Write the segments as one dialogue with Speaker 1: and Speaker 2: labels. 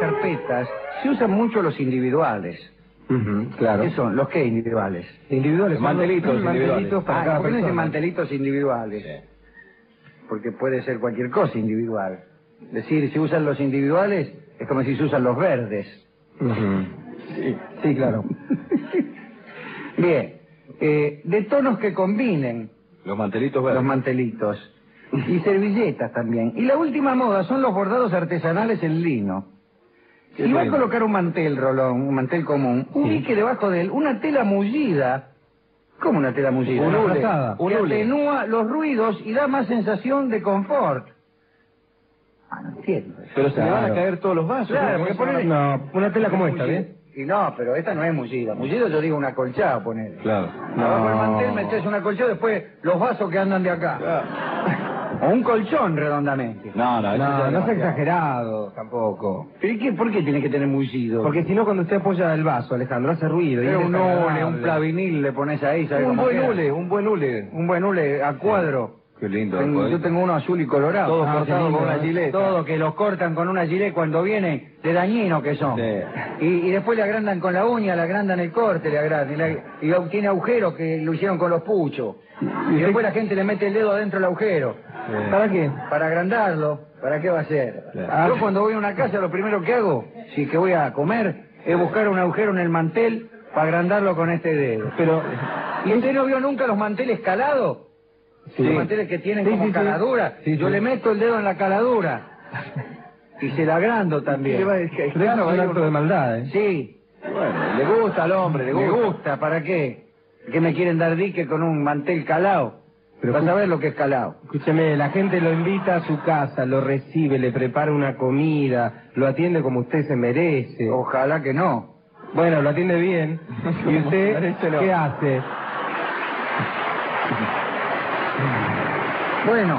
Speaker 1: carpetas se usan mucho los individuales.
Speaker 2: Ujú, claro.
Speaker 1: ¿Qué son? ¿Los qué individuales?
Speaker 2: Individuales.
Speaker 1: Los
Speaker 2: son
Speaker 1: mantelitos,
Speaker 2: los-
Speaker 1: mantelitos para
Speaker 2: Ah,
Speaker 1: cada
Speaker 2: ¿por qué no
Speaker 1: persona.
Speaker 2: dicen
Speaker 1: mantelitos individuales? Porque puede ser cualquier cosa individual. Es decir, si usan los individuales, es como si se usan los verdes.
Speaker 2: Ujú. Sí,
Speaker 1: Sí, claro. Bien. Eh, de tonos que combinen
Speaker 3: Los mantelitos verdes.
Speaker 1: los mantelitos. Y servilletas también. Y la última moda son los bordados artesanales en lino.
Speaker 3: Qué
Speaker 1: Si va a
Speaker 3: lindo.
Speaker 1: colocar un mantel, Rolón, un mantel común, ubique debajo de él una tela mullida. ¿Cómo una tela mullida?
Speaker 2: Un
Speaker 1: Una
Speaker 2: hule,
Speaker 1: frazada,
Speaker 2: un
Speaker 1: que
Speaker 2: hule.
Speaker 1: atenúa los ruidos y da más sensación de confort. Ah, no entiendo. eso.
Speaker 3: Pero se le van
Speaker 2: Claro.
Speaker 3: a caer todos los vasos.
Speaker 1: Claro, porque ponele-
Speaker 2: No, una tela como esta, ¿ves?
Speaker 1: Y no, pero esta no es mullida. Mullida yo digo una colchada, poner.
Speaker 3: Claro.
Speaker 1: Abajo del
Speaker 2: No.
Speaker 1: mantel metes una colchada, después los vasos que andan de acá. O un colchón redondamente.
Speaker 3: No, no, eso ya
Speaker 2: No,
Speaker 3: es
Speaker 2: no sea
Speaker 3: demasiado.
Speaker 2: exagerado tampoco.
Speaker 1: ¿Pero y qué, por qué tiene que tener mullido?
Speaker 2: Porque si no, cuando usted apoya el vaso, Alejandro, hace ruido. y
Speaker 1: Pero
Speaker 2: es
Speaker 1: un hule,
Speaker 2: desagradable.
Speaker 1: un plavinil le pones ahí, ¿sabes
Speaker 2: Un
Speaker 1: cómo
Speaker 2: buen
Speaker 1: queda?
Speaker 2: hule, un buen hule.
Speaker 1: Un buen hule a cuadro.
Speaker 3: Qué lindo.
Speaker 1: Tengo-
Speaker 3: ¿eh?
Speaker 1: yo tengo uno azul y colorado.
Speaker 3: Todos
Speaker 1: Ah,
Speaker 3: cortados
Speaker 1: qué lindo,
Speaker 3: con una
Speaker 1: ¿eh?
Speaker 3: gileta.
Speaker 1: Todos que los cortan con una gilet cuando vienen, de dañino que son.
Speaker 3: Sí.
Speaker 1: Y, y después le agrandan con la uña, le agrandan el corte, le agrandan. Y, la- y tiene agujeros que lo hicieron con los puchos. Y después la gente le mete el dedo adentro del agujero.
Speaker 2: ¿Para qué?
Speaker 1: Para agrandarlo, ¿para qué va a ser? Ah,
Speaker 3: Claro.
Speaker 1: Yo cuando voy a una casa lo primero que hago, si es que voy a comer, es buscar un agujero en el mantel para agrandarlo con este dedo.
Speaker 2: Pero.
Speaker 1: ¿Y usted no vio nunca los manteles calados?
Speaker 2: Sí.
Speaker 1: Los manteles que tienen
Speaker 2: Sí,
Speaker 1: como
Speaker 2: sí, sí.
Speaker 1: caladura.
Speaker 2: Sí,
Speaker 1: Yo
Speaker 2: sí.
Speaker 1: le meto el dedo en la caladura. Y se la agrando también.
Speaker 2: Pero eso es un acto de maldad, ¿eh?
Speaker 1: Sí,
Speaker 3: Bueno, le gusta al hombre, le
Speaker 1: le
Speaker 3: gusta.
Speaker 1: gusta, ¿para qué? ¿Qué me quieren dar dique con un mantel calado?
Speaker 2: Pero
Speaker 1: Vas
Speaker 2: ju-
Speaker 1: a ver lo que es calado.
Speaker 2: Escúcheme, la gente lo invita a su casa, lo recibe, le prepara una comida, lo atiende como usted se merece.
Speaker 1: Ojalá que no.
Speaker 2: Bueno, lo atiende bien. ¿Y usted
Speaker 3: Parécelo.
Speaker 2: qué hace?
Speaker 1: Bueno,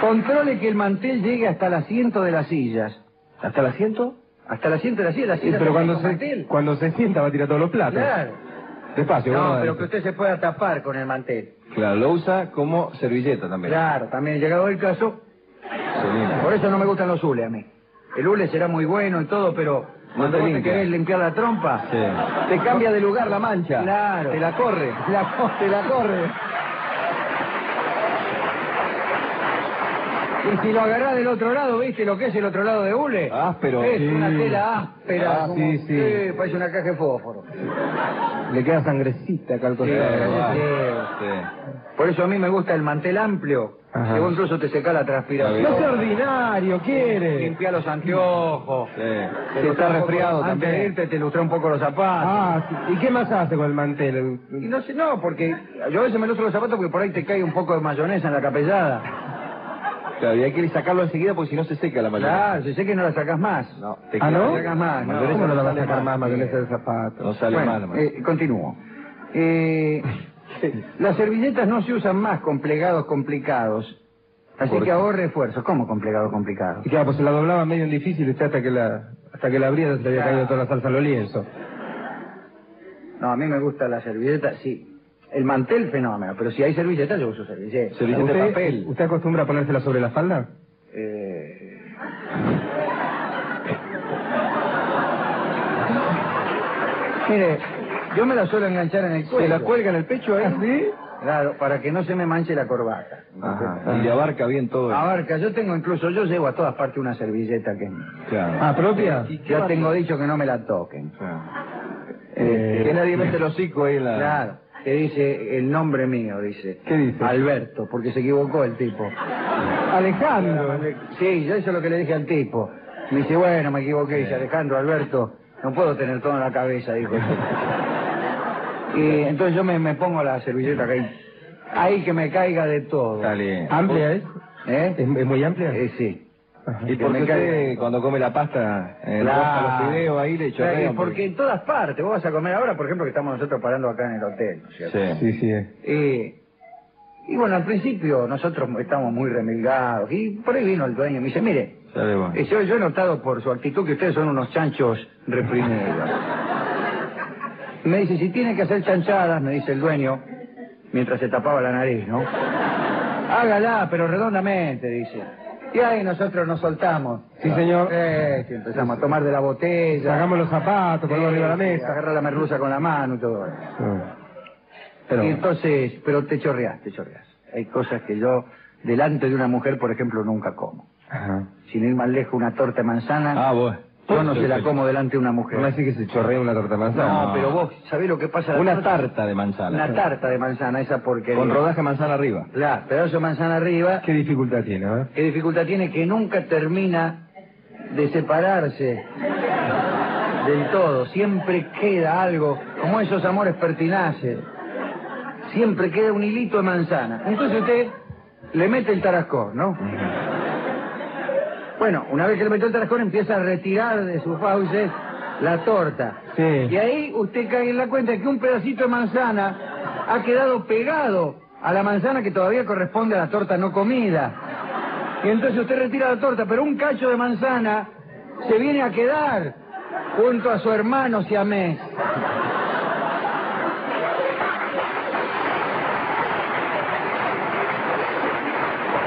Speaker 1: controle que el mantel llegue hasta el asiento de las sillas.
Speaker 3: ¿Hasta el asiento?
Speaker 1: Hasta el asiento de las sillas, las
Speaker 2: Sí,
Speaker 1: sillas
Speaker 2: pero
Speaker 1: tienen
Speaker 2: cuando
Speaker 1: con
Speaker 2: se,
Speaker 1: mantel.
Speaker 2: cuando se sienta va a tirar todos los platos.
Speaker 1: Claro.
Speaker 2: Despacio,
Speaker 1: No,
Speaker 2: vamos
Speaker 1: pero
Speaker 2: adelante.
Speaker 1: que usted se pueda tapar con el mantel.
Speaker 3: Claro, lo usa como servilleta también.
Speaker 1: Claro, también llegado el caso,
Speaker 3: Se limpia.
Speaker 1: por eso no me gustan los hules a mí. El hule será muy bueno y todo, pero cuando
Speaker 3: te
Speaker 1: vos te
Speaker 3: limpia.
Speaker 1: querés limpiar la trompa,
Speaker 3: Sí.
Speaker 1: te cambia de lugar la mancha. Claro.
Speaker 3: Te
Speaker 1: la corre. te la corre. Y si lo agarrás del otro lado, ¿viste lo que es el otro lado de hule?
Speaker 3: Áspero.
Speaker 1: Es
Speaker 3: Sí.
Speaker 1: una tela áspera.
Speaker 2: Ah,
Speaker 1: como-
Speaker 2: sí, sí.
Speaker 1: Parece una caja de fósforo.
Speaker 2: Le queda sangrecita acá al
Speaker 3: Sí,
Speaker 2: costado.
Speaker 3: vale.
Speaker 1: Por eso a mí me gusta el mantel amplio,
Speaker 2: Ajá.
Speaker 1: que vos incluso te seca la
Speaker 3: La
Speaker 2: no
Speaker 1: transpiración.
Speaker 3: verdad.
Speaker 2: sea ordinario, quiere.
Speaker 1: Limpia los anteojos.
Speaker 3: Sí, sí.
Speaker 1: Te
Speaker 2: está
Speaker 1: lustra un poco-
Speaker 2: resfriado
Speaker 1: antes
Speaker 2: también.
Speaker 1: de irte te lustré un poco los zapatos.
Speaker 2: Ah, sí. ¿y qué más hace con el mantel?
Speaker 1: Y no sé, no, porque yo a veces me lustro los zapatos porque por ahí te cae un poco de mayonesa en la capellada.
Speaker 3: Claro, y hay que sacarlo enseguida porque si no se seca la mayonesa.
Speaker 1: Claro, si sé que no la sacás más.
Speaker 3: No, te
Speaker 2: ¿Ah,
Speaker 3: queda-
Speaker 2: no?
Speaker 1: No sacas más, no.
Speaker 3: Mayonesa
Speaker 2: ¿Cómo no la
Speaker 3: no
Speaker 2: vas a
Speaker 3: sale
Speaker 2: sacar más,
Speaker 3: más,
Speaker 2: mayonesa
Speaker 3: sí.
Speaker 1: eh,
Speaker 2: de zapato?
Speaker 3: No sale
Speaker 1: Bueno,
Speaker 3: mal. la
Speaker 1: eh, continúo. Eh, las servilletas no se usan más con plegados complicados. Así
Speaker 3: ¿Por
Speaker 1: que
Speaker 3: qué?
Speaker 1: ahorre esfuerzos. ¿Cómo con plegados complicados?
Speaker 2: Y claro, pues se la doblaba medio en difícil usted hasta que la, hasta que la abría se le había
Speaker 1: Claro.
Speaker 2: caído toda la salsa a los lienzos.
Speaker 1: No, a mí me gusta la servilleta, sí. El mantel, fenómeno. Pero si hay servilleta, yo uso servilleta.
Speaker 3: Servilleta de
Speaker 2: ¿Usted,
Speaker 3: papel.
Speaker 2: ¿Usted acostumbra a ponérsela sobre la falda?
Speaker 1: Eh, Mire, yo me la suelo enganchar en el cuello.
Speaker 2: ¿Se la cuelga en el pecho eh? ¿Sí?
Speaker 1: Claro, para que no se me manche la corbata.
Speaker 3: Ajá. Y le abarca bien todo.
Speaker 1: Abarca, yo tengo incluso, yo llevo a todas partes una servilleta que
Speaker 3: Claro.
Speaker 2: ¿Ah, propia?
Speaker 1: ya tengo dicho que no me la toquen.
Speaker 3: Claro.
Speaker 2: Eh,
Speaker 3: que nadie mete el hocico ahí en la...
Speaker 1: Claro, que dice el nombre mío, dice.
Speaker 2: ¿Qué dice?
Speaker 1: Alberto, porque se equivocó el tipo.
Speaker 2: Alejandro.
Speaker 1: Sí, yo eso es lo que le dije al tipo. Me dice, bueno, me equivoqué. Dice, Alejandro, Alberto, no puedo tener todo en la cabeza, dijo. y entonces yo me, me pongo la servilleta que ahí, ahí que me caiga de todo.
Speaker 3: Está bien.
Speaker 2: ¿Amplia es?
Speaker 1: ¿Eh?
Speaker 2: ¿Es, es muy amplia?
Speaker 1: Eh, sí.
Speaker 2: Ajá.
Speaker 3: Y
Speaker 1: que
Speaker 3: porque
Speaker 1: me
Speaker 3: usted
Speaker 1: caiga.
Speaker 3: cuando come la pasta, eh,
Speaker 1: Claro.
Speaker 3: roja los fideos ahí
Speaker 2: Eh,
Speaker 3: le
Speaker 1: Claro,
Speaker 3: chorrea.
Speaker 1: y porque en todas partes, vos vas a comer ahora, por ejemplo, que estamos nosotros parando acá en el hotel, ¿no es cierto?
Speaker 2: Sí,
Speaker 3: Sí.
Speaker 2: sí. eh.
Speaker 1: Eh, y bueno, al principio nosotros estamos muy remilgados y por ahí vino el dueño y me dice, mire,
Speaker 3: Sale bueno.
Speaker 1: eh, yo, yo he notado por su actitud que ustedes son unos chanchos reprimidos. Me dice, si tiene que hacer chanchadas, me dice el dueño, mientras se tapaba la nariz, ¿no? Hágala, pero redondamente, dice. Y ahí nosotros nos soltamos.
Speaker 2: Sí, señor.
Speaker 1: Eh, sí, empezamos a tomar de la botella.
Speaker 2: Sacamos los zapatos, ponemos arriba de la
Speaker 1: Eh,
Speaker 2: mesa.
Speaker 1: Agarrar la merluza con la mano y todo.
Speaker 2: Pero
Speaker 1: Y entonces, pero te chorreas, te chorreas. Hay cosas que yo, delante de una mujer, por ejemplo, nunca como.
Speaker 2: Ajá.
Speaker 1: Sin ir más lejos, una torta de manzana,
Speaker 3: Ah, vos.
Speaker 1: yo no se la como delante de una
Speaker 2: No me
Speaker 1: mujer.
Speaker 2: decís que se chorrea una torta de manzana.
Speaker 1: No, pero vos, ¿sabés lo que pasa? La
Speaker 3: Una tarta de manzana.
Speaker 1: Una tarta de manzana, esa porquería.
Speaker 3: Con rodaje de manzana arriba.
Speaker 1: Claro, pedazo de manzana arriba,
Speaker 2: ¿Qué dificultad tiene, a ver?
Speaker 1: qué dificultad tiene que nunca termina de separarse del todo. Siempre queda algo, como esos amores pertinaces. Siempre queda un hilito de manzana. Entonces usted le mete el tarascón, ¿no?
Speaker 2: eh?
Speaker 1: Bueno, una vez que le metió el tarascón empieza a retirar de sus fauces la torta. Y
Speaker 2: Sí.
Speaker 1: ahí usted cae en la cuenta que un pedacito de manzana ha quedado pegado a la manzana que todavía corresponde a la torta no comida. Y entonces usted retira la torta, pero un cacho de manzana se viene a quedar junto a su hermano siamés.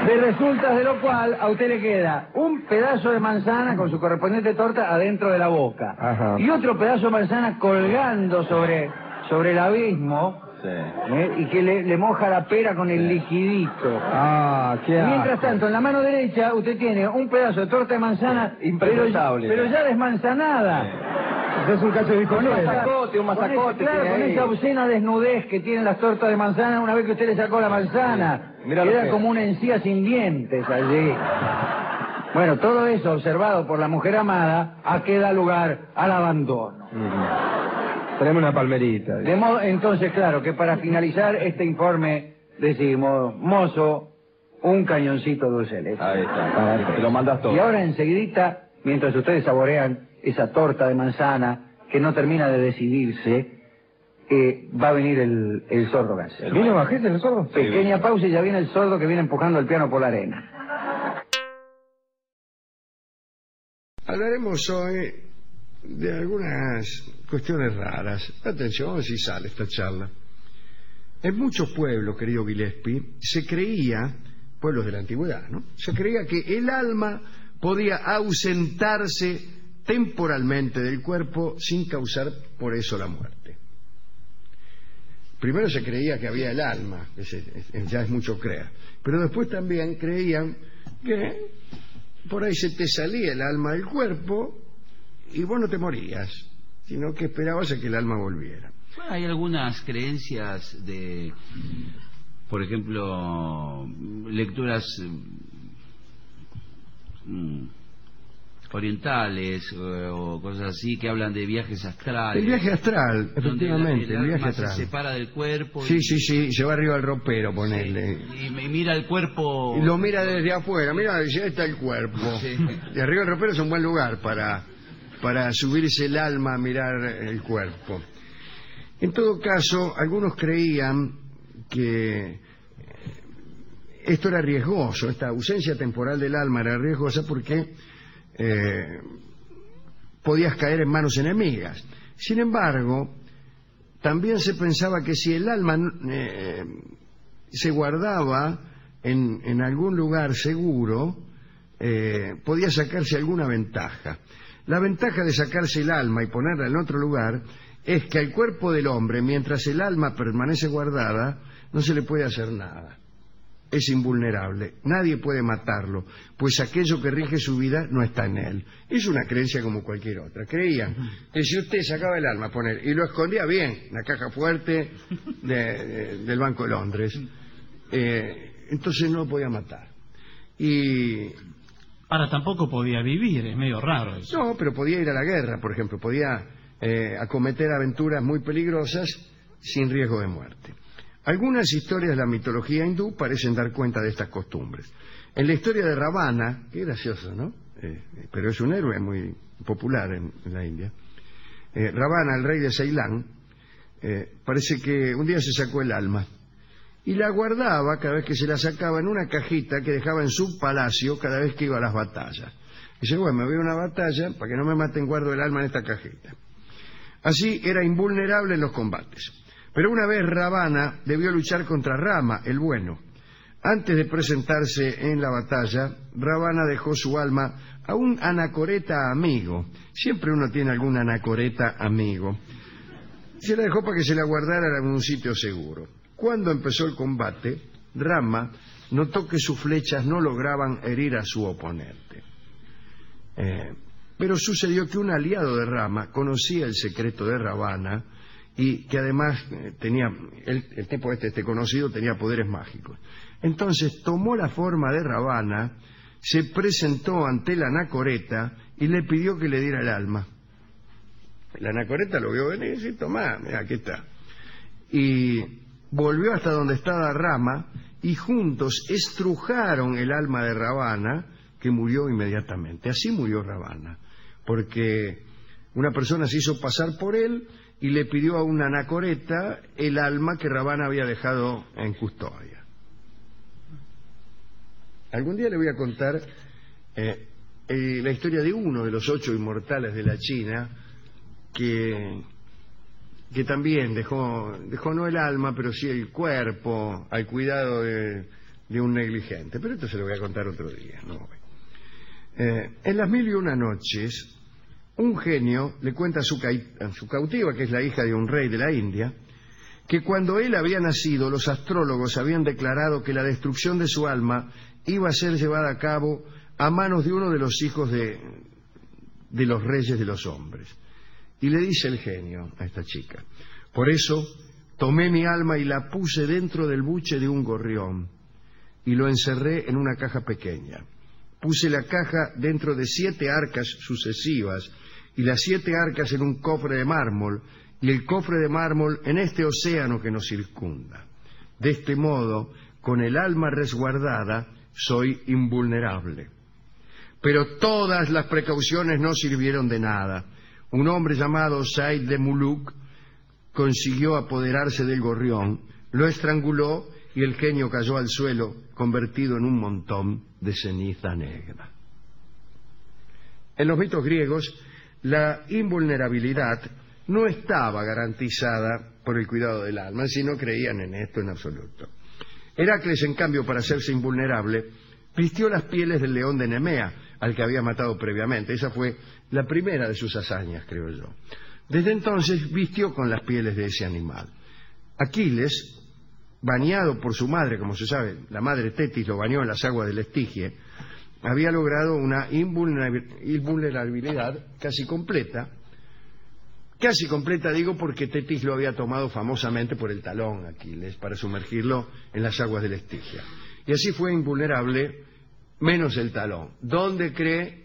Speaker 1: De resultas de lo cual a usted le queda un pedazo de manzana con su correspondiente torta adentro de la boca
Speaker 2: Ajá.
Speaker 1: y otro pedazo de manzana colgando sobre, sobre el abismo
Speaker 3: Sí.
Speaker 1: ¿eh? y que le, le moja la pera con el liquidito.
Speaker 2: Ah, qué asco.
Speaker 1: Mientras tanto, en la mano derecha usted tiene un pedazo de torta de manzana, pero,
Speaker 3: Eh, Impresentable.
Speaker 1: pero ya desmanzanada.
Speaker 2: Es un caso de
Speaker 1: Con
Speaker 2: bizcochuelo.
Speaker 1: esa-
Speaker 3: masacote, un
Speaker 1: con esa-
Speaker 3: masacote
Speaker 1: claro,
Speaker 3: tiene
Speaker 1: con
Speaker 3: ahí.
Speaker 1: esa obscena desnudez que tienen las tortas de manzana una vez que usted le sacó la manzana.
Speaker 3: Sí, mirá lo que
Speaker 1: Queda
Speaker 3: era.
Speaker 1: como una encía sin dientes allí. Bueno, todo eso observado por la mujer amada, a qué da lugar al abandono.
Speaker 2: Ujú. Tenemos una palmerita.
Speaker 1: De modo, entonces, claro, que para finalizar este informe decimos, mozo, un cañoncito dulce de leche.
Speaker 3: Ahí está. Te lo mandas todo.
Speaker 1: Y ahora enseguidita, mientras ustedes saborean esa torta de manzana que no termina de decidirse, eh, va a venir el, el sordo Gansel.
Speaker 2: ¿Vino bajete el sordo?
Speaker 1: Pequeña pausa y ya viene el sordo que viene empujando el piano por la arena.
Speaker 4: Hablaremos hoy de algunas cuestiones raras. Atención si sale esta charla. En muchos pueblos, querido Gillespie, se creía, pueblos de la antigüedad, ¿no? Se creía que el alma podía ausentarse temporalmente del cuerpo sin causar por eso la muerte. Primero se creía que había el alma, ese- es- ya es mucho creer, pero después también creían que por ahí se te salía el alma del cuerpo y vos no te morías, sino que esperabas a que el alma volviera.
Speaker 5: Hay algunas creencias de, por ejemplo, lecturas mm, orientales eh, o cosas así que hablan de viajes astrales.
Speaker 4: El viaje astral,
Speaker 5: donde la-
Speaker 4: efectivamente,
Speaker 5: el,
Speaker 4: el viaje
Speaker 5: alma se
Speaker 4: astral.
Speaker 5: separa del cuerpo
Speaker 4: Sí,
Speaker 5: y,
Speaker 4: sí, sí, se va arriba al ropero, ponerle.
Speaker 5: y me mira el cuerpo.
Speaker 4: Y lo mira desde afuera, mira, ya está el cuerpo.
Speaker 5: Sí.
Speaker 4: Y arriba del ropero es un buen lugar para, para subirse el alma a mirar el cuerpo. En todo caso, algunos creían que eh, esto era riesgoso, esta ausencia temporal del alma era riesgosa porque eh, podías caer en manos enemigas. Sin embargo, también se pensaba que si el alma eh, se guardaba en, en algún lugar seguro, eh, podía sacarse alguna ventaja. La ventaja de sacarse el alma y ponerla en otro lugar es que al cuerpo del hombre, mientras el alma permanece guardada, no se le puede hacer nada. Es invulnerable. Nadie puede matarlo, pues aquello que rige su vida no está en él. Es una creencia como cualquier otra. Creían que si usted sacaba el alma, poner, y lo escondía bien, en la caja fuerte de- de- del Banco de Londres, eh, entonces no lo podía matar. Y
Speaker 6: Ahora tampoco podía vivir, es medio raro eso.
Speaker 4: no, pero podía ir a la guerra, por ejemplo, podía eh, acometer aventuras muy peligrosas sin riesgo de muerte. Algunas historias de la mitología hindú parecen dar cuenta de estas costumbres. En la historia de Ravana, qué gracioso, ¿no? Eh, eh, pero es un héroe muy popular en, en la India. Eh, Ravana, el rey de Ceilán, eh, parece que un día se sacó el alma y la guardaba cada vez que se la sacaba en una cajita que dejaba en su palacio cada vez que iba a las batallas. Dice, bueno, me voy a una batalla, para que no me maten, guardo el alma en esta cajita. Así era invulnerable en los combates. Pero una vez Ravana debió luchar contra Rama, el bueno. Antes de presentarse en la batalla, Ravana dejó su alma a un anacoreta amigo. Siempre uno tiene algún anacoreta amigo. Se la dejó para que se la guardara en un sitio seguro. Cuando empezó el combate, Rama notó que sus flechas no lograban herir a su oponente. Eh, pero sucedió que un aliado de Rama conocía el secreto de Ravana y que además eh, tenía, el, el tipo este, este conocido, tenía poderes mágicos. Entonces tomó la forma de Ravana, se presentó ante la anacoreta y le pidió que le diera el alma. La anacoreta lo vio venir y dice, tomá, mira, aquí está. Y volvió hasta donde estaba Rama y juntos estrujaron el alma de Ravana, que murió inmediatamente. Así murió Ravana, porque una persona se hizo pasar por él y le pidió a una anacoreta el alma que Ravana había dejado en custodia. Algún día le voy a contar eh, eh, la historia de uno de los ocho inmortales de la China que, que también dejó, dejó no el alma, pero sí el cuerpo al cuidado de, de un negligente. Pero esto se lo voy a contar otro día. No hoy. Eh, en las mil y una noches, un genio le cuenta a su, cai- a su cautiva, que es la hija de un rey de la India, que cuando él había nacido, los astrólogos habían declarado que la destrucción de su alma iba a ser llevada a cabo a manos de uno de los hijos de, de los reyes de los hombres. Y le dice el genio a esta chica, por eso tomé mi alma y la puse dentro del buche de un gorrión y lo encerré en una caja pequeña. Puse la caja dentro de siete arcas sucesivas y las siete arcas en un cofre de mármol y el cofre de mármol en este océano que nos circunda. De este modo, con el alma resguardada, soy invulnerable. Pero todas las precauciones no sirvieron de nada. Un hombre llamado Said de Muluk consiguió apoderarse del gorrión, lo estranguló y el genio cayó al suelo convertido en un montón de ceniza negra. En los mitos griegos, la invulnerabilidad no estaba garantizada por el cuidado del alma, si no creían en esto en absoluto. Heracles, en cambio, para hacerse invulnerable, vistió las pieles del león de Nemea, al que había matado previamente. Esa fue la primera de sus hazañas, creo yo. Desde entonces vistió con las pieles de ese animal. Aquiles, bañado por su madre, como se sabe, la madre Tetis lo bañó en las aguas del Estigie, había logrado una invulnerabil- invulnerabilidad casi completa. Casi completa, digo, porque Tetis lo había tomado famosamente por el talón, Aquiles, para sumergirlo en las aguas del Estigia. Y así fue invulnerable, menos el talón. ¿Dónde cree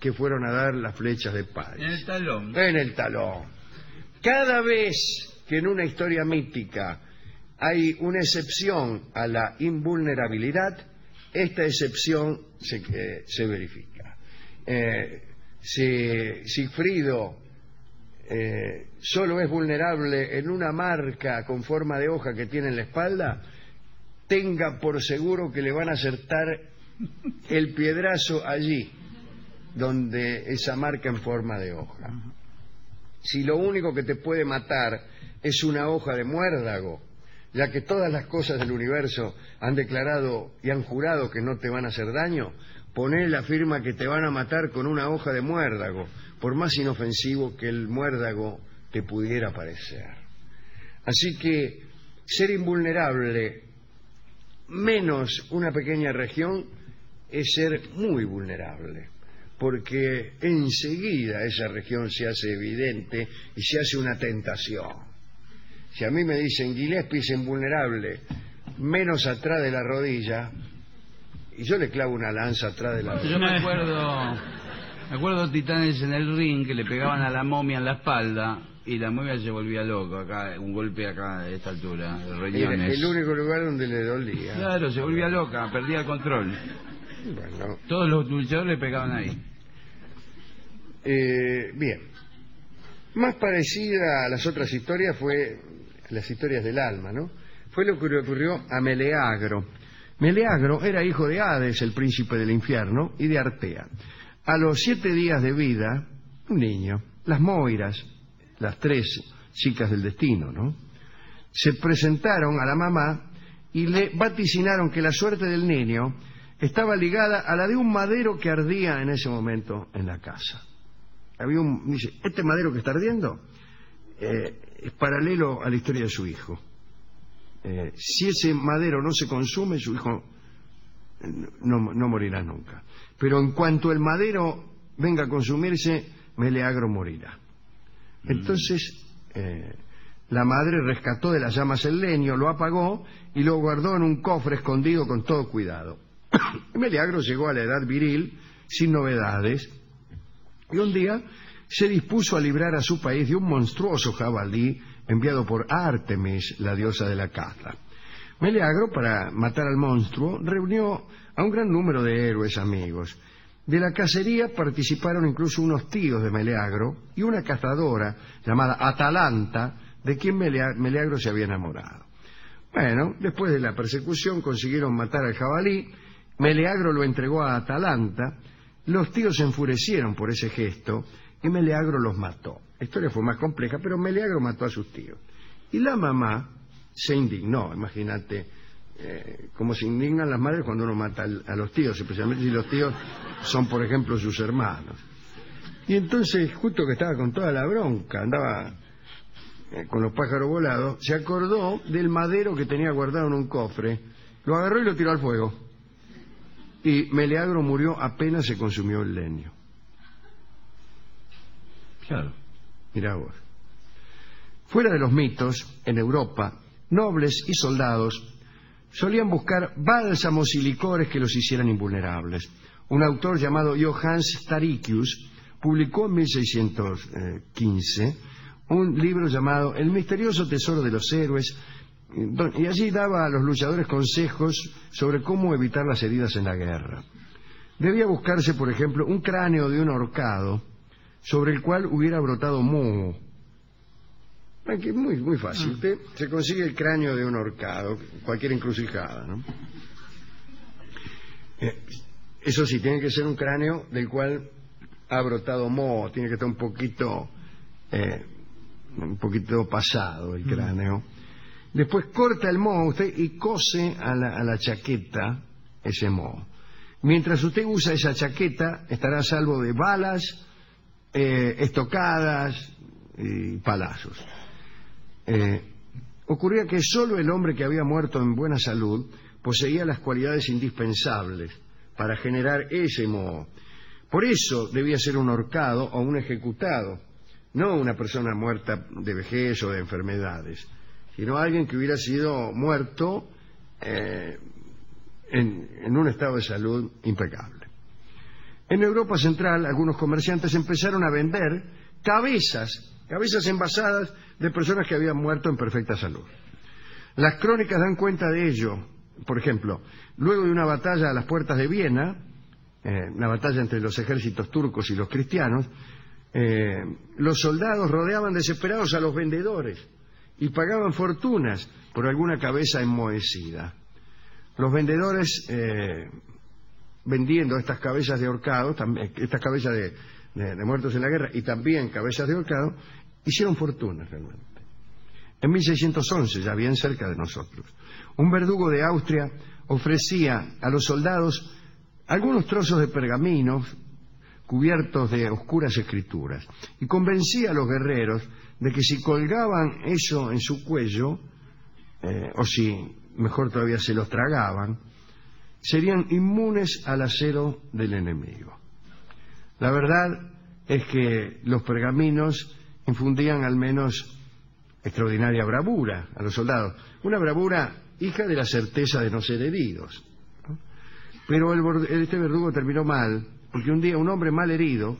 Speaker 4: que fueron a dar las flechas de Paris?
Speaker 5: En el talón.
Speaker 4: En el talón. Cada vez que en una historia mítica hay una excepción a la invulnerabilidad, esta excepción se, eh, se verifica. Eh, si Sigfrido eh, solo es vulnerable en una marca con forma de hoja que tiene en la espalda, tenga por seguro que le van a acertar el piedrazo allí, donde esa marca en forma de hoja. Si lo único que te puede matar es una hoja de muérdago, ya que todas las cosas del universo han declarado y han jurado que no te van a hacer daño, poné la firma que te van a matar con una hoja de muérdago, por más inofensivo que el muérdago te pudiera parecer. Así que ser invulnerable menos una pequeña región es ser muy vulnerable, porque enseguida esa región se hace evidente y se hace una tentación. Si a mí me dicen Gillespie es invulnerable, menos atrás de la rodilla, y yo le clavo una lanza atrás de la rodilla.
Speaker 5: Yo me acuerdo, me acuerdo de titanes en el ring que le pegaban a la momia en la espalda y la momia se volvía loco acá, un golpe acá a esta altura, de
Speaker 4: Era
Speaker 5: riñones.
Speaker 4: el único lugar donde le dolía.
Speaker 5: Claro, se volvía loca, perdía el control.
Speaker 4: Bueno,
Speaker 5: Todos los luchadores le pegaban ahí.
Speaker 4: Eh, bien. Más parecida a las otras historias fue las historias del alma, ¿no? Fue lo que le ocurrió a Meleagro. Meleagro era hijo de Hades, el príncipe del infierno, y de Artea. A los siete días de vida, un niño, las Moiras, las tres chicas del destino, ¿no? Se presentaron a la mamá y le vaticinaron que la suerte del niño estaba ligada a la de un madero que ardía en ese momento en la casa. Había un, dice, este madero que está ardiendo eh, es paralelo a la historia de su hijo. Eh, si ese madero no se consume, su hijo eh, no, no morirá nunca. Pero en cuanto el madero venga a consumirse, Meleagro morirá. Entonces, eh, la madre rescató de las llamas el leño, lo apagó y lo guardó en un cofre escondido con todo cuidado. Meleagro llegó a la edad viril, sin novedades, y un día se dispuso a librar a su país de un monstruoso jabalí enviado por Artemis, la diosa de la caza. Meleagro, para matar al monstruo, reunió a un gran número de héroes amigos. De la cacería participaron incluso unos tíos de Meleagro y una cazadora llamada Atalanta, de quien Melea- Meleagro se había enamorado. Bueno, después de la persecución consiguieron matar al jabalí, Meleagro lo entregó a Atalanta, los tíos se enfurecieron por ese gesto y Meleagro los mató. La historia fue más compleja, pero Meleagro mató a sus tíos. Y la mamá se indignó, imagínate, eh, cómo se indignan las madres cuando uno mata al- a los tíos, especialmente si los tíos son, por ejemplo, sus hermanos. Y entonces, justo que estaba con toda la bronca, andaba eh, con los pájaros volados, se acordó del madero que tenía guardado en un cofre, lo agarró y lo tiró al fuego. Y Meleagro murió apenas se consumió el leño.
Speaker 5: Claro.
Speaker 4: Mirá vos. Fuera de los mitos, en Europa, nobles y soldados solían buscar bálsamos y licores que los hicieran invulnerables. Un autor llamado Johannes Tarikius publicó en 1615 un libro llamado El misterioso tesoro de los héroes don- y allí daba a los luchadores consejos sobre cómo evitar las heridas en la guerra. Debía buscarse, por ejemplo, un cráneo de un ahorcado sobre el cual hubiera brotado moho. Ah, que es Muy, muy fácil. Usted se consigue el cráneo de un ahorcado, cualquier encrucijada, ¿no? Eh, eso sí, tiene que ser un cráneo del cual ha brotado moho, tiene que estar un poquito, eh, un poquito pasado el cráneo. Después corta el moho usted y cose a la, a la chaqueta ese moho. Mientras usted usa esa chaqueta, estará a salvo de balas, eh, estocadas y palazos. Eh, ocurría que solo el hombre que había muerto en buena salud poseía las cualidades indispensables para generar ese moho. Por eso debía ser un horcado o un ejecutado, no una persona muerta de vejez o de enfermedades, sino alguien que hubiera sido muerto eh, en- en un estado de salud impecable. En Europa Central, algunos comerciantes empezaron a vender cabezas, cabezas envasadas de personas que habían muerto en perfecta salud. Las crónicas dan cuenta de ello. Por ejemplo, luego de una batalla a las puertas de Viena, eh, una batalla entre los ejércitos turcos y los cristianos, eh, los soldados rodeaban desesperados a los vendedores y pagaban fortunas por alguna cabeza enmohecida. Los vendedores eh, vendiendo estas cabezas de ahorcado, tam- eh, estas cabezas de, de- de muertos en la guerra y también cabezas de ahorcado, hicieron fortuna realmente. En 1611, ya bien cerca de nosotros, un verdugo de Austria ofrecía a los soldados algunos trozos de pergaminos cubiertos de oscuras escrituras y convencía a los guerreros de que si colgaban eso en su cuello, eh, o si mejor todavía se los tragaban, serían inmunes al acero del enemigo. La verdad es que los pergaminos infundían al menos extraordinaria bravura a los soldados, una bravura hija de la certeza de no ser heridos. ¿no? Pero el bord- este verdugo terminó mal, porque un día un hombre mal herido,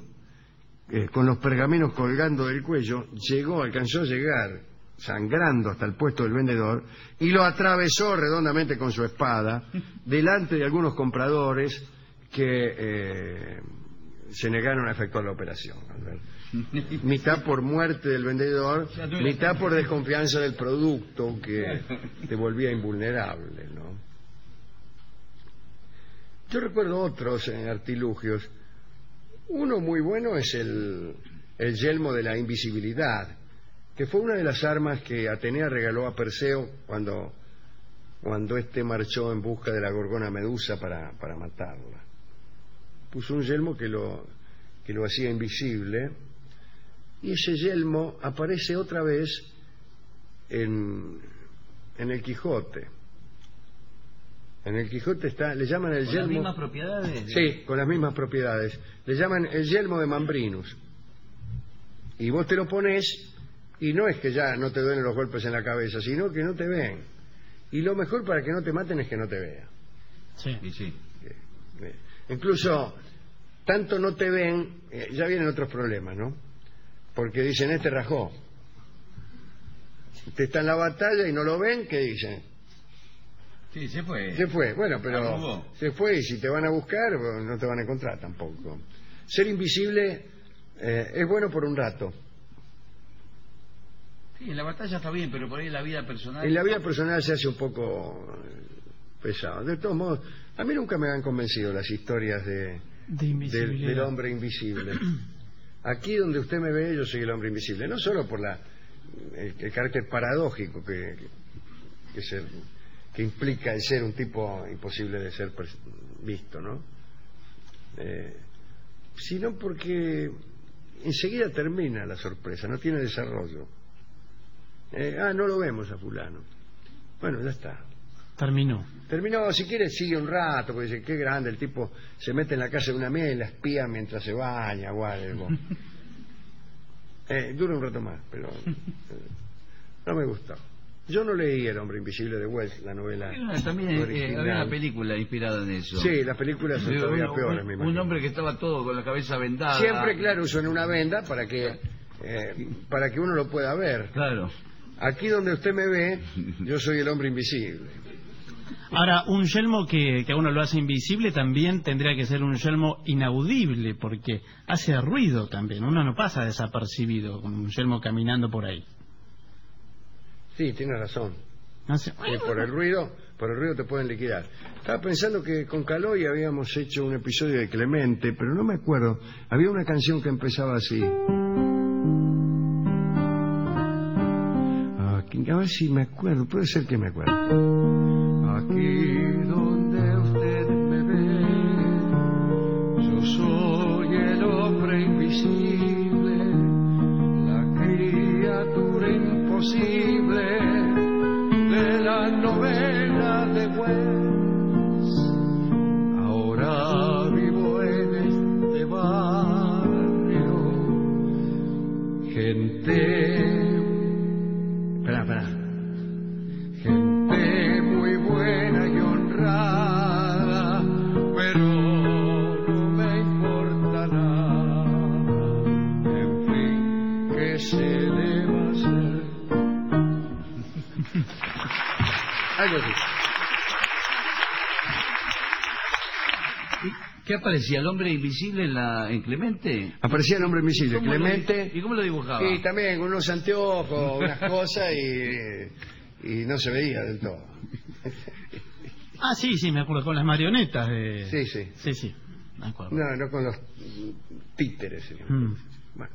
Speaker 4: eh, con los pergaminos colgando del cuello, llegó, alcanzó a llegar sangrando hasta el puesto del vendedor y lo atravesó redondamente con su espada delante de algunos compradores que eh, se negaron a efectuar la operación. Alberto. mitad por muerte del vendedor, mitad por desconfianza del producto que te volvía invulnerable. ¿no? Yo recuerdo otros eh, artilugios. Uno muy bueno es el, el yelmo de la invisibilidad, que fue una de las armas que Atenea regaló a Perseo cuando cuando éste marchó en busca de la gorgona medusa para, para matarla. Puso un yelmo que lo, que lo hacía invisible y ese yelmo aparece otra vez en, en el Quijote. En el Quijote está, le llaman el
Speaker 7: Con las
Speaker 4: yelmo.
Speaker 7: mismas propiedades. de-
Speaker 4: Sí, con las mismas propiedades. Le llaman el yelmo de Mambrinus. Y vos te lo pones y no es que ya no te duelen los golpes en la cabeza, sino que no te ven. Y lo mejor para que no te maten es que no te vean.
Speaker 6: Sí.
Speaker 5: Y sí.
Speaker 4: Eh, Incluso, tanto no te ven, eh, ya vienen otros problemas, ¿no? Porque dicen, este rajó. Te está en la batalla y no lo ven, ¿qué dicen?
Speaker 5: Sí, se fue.
Speaker 4: Se fue, bueno,
Speaker 5: Ah,
Speaker 4: pero
Speaker 5: jugó.
Speaker 4: se fue y si te van a buscar bueno, no te van a encontrar tampoco. Ser invisible eh, es bueno por un rato.
Speaker 5: Sí, en la batalla está bien, pero por ahí en la vida personal.
Speaker 4: En la vida personal se hace un poco eh, pesado. De todos modos, a mí nunca me han convencido las historias de,
Speaker 6: De
Speaker 4: del,
Speaker 6: invisibilidad.
Speaker 4: del hombre invisible. Aquí donde usted me ve, yo soy el hombre invisible. No solo por la, el, el carácter paradójico que, que, se- que implica el ser un tipo imposible de ser pers- visto, ¿no? Eh, sino porque enseguida termina la sorpresa, no tiene desarrollo. Eh, ah, no lo vemos a fulano. Bueno, ya está.
Speaker 6: Terminó.
Speaker 4: Terminó, si quiere sigue un rato, porque dice, qué grande, el tipo se mete en la casa de una amiga y la espía mientras se baña o algo. Eh, dura un rato más, pero eh, no me gustó. Yo no leí El hombre invisible de Wells, la novela
Speaker 5: Hay una- También eh,
Speaker 4: original.
Speaker 5: había una película inspirada en eso.
Speaker 4: Sí, las películas son
Speaker 5: Digo,
Speaker 4: todavía
Speaker 5: un-
Speaker 4: peores,
Speaker 5: un,
Speaker 4: me imagino.
Speaker 5: un hombre que estaba todo con la cabeza vendada.
Speaker 4: Siempre, claro, usan una venda para que, eh, para que uno lo pueda ver.
Speaker 5: Claro.
Speaker 4: Aquí donde usted me ve, yo soy el hombre invisible.
Speaker 6: Ahora, un yelmo que, que a uno lo hace invisible también tendría que ser un yelmo inaudible, porque hace ruido también. Uno no pasa desapercibido con un yelmo caminando por ahí.
Speaker 4: Sí, tiene razón.
Speaker 6: Hace-
Speaker 4: que por el ruido, por el ruido te pueden liquidar. Estaba pensando que con Caloy habíamos hecho un episodio de Clemente, pero no me acuerdo. Había una canción que empezaba así. Aquí, a ver si me acuerdo, puede ser que me acuerdo. Aquí donde usted me ve, yo soy el hombre invisible, la criatura imposible de la novela de Wells. Ahora vivo en este barrio. Gente. Espera, espera. Gente muy buena y honrada, pero no me importa nada. En fin, ¿qué se le va a hacer? Algo así.
Speaker 5: ¿Y ¿Qué aparecía? ¿El hombre invisible en, la, en Clemente?
Speaker 4: Aparecía el hombre
Speaker 5: ¿Y
Speaker 4: invisible,
Speaker 5: cómo lo-
Speaker 4: Clemente.
Speaker 5: ¿Y cómo lo dibujaba?
Speaker 4: Y también con unos anteojos, unas cosas y, y no se veía del todo.
Speaker 6: Ah, sí, sí, me acuerdo, con las marionetas. De...
Speaker 4: Sí, sí.
Speaker 6: Sí, sí, me acuerdo.
Speaker 4: No, no con los mm, títeres. señor.
Speaker 6: Mm.
Speaker 4: Bueno.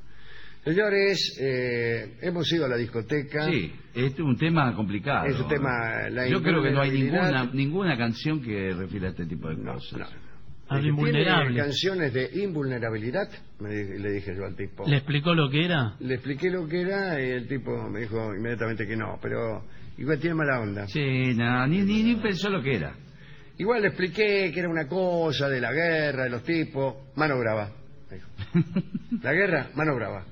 Speaker 4: Señores, eh, hemos ido a la discoteca.
Speaker 5: Sí, es un tema complicado.
Speaker 4: Es un tema, la
Speaker 5: Yo creo que no hay
Speaker 4: invulnerabilidad-
Speaker 5: ninguna, ninguna canción que refiera a este tipo de
Speaker 4: No,
Speaker 5: cosas.
Speaker 4: no.
Speaker 6: Algo
Speaker 4: Dice,
Speaker 6: invulnerable.
Speaker 4: ¿Tiene canciones de invulnerabilidad? Me di- le dije yo al tipo.
Speaker 6: ¿Le explicó lo que era?
Speaker 4: Le expliqué lo que era y el tipo me dijo inmediatamente que no, pero igual tiene mala onda.
Speaker 5: Sí, no, ni, ni, ni pensó lo que era.
Speaker 4: Igual le expliqué que era una cosa de la guerra, de los tipos. Mano brava. me dijo. La guerra, mano brava.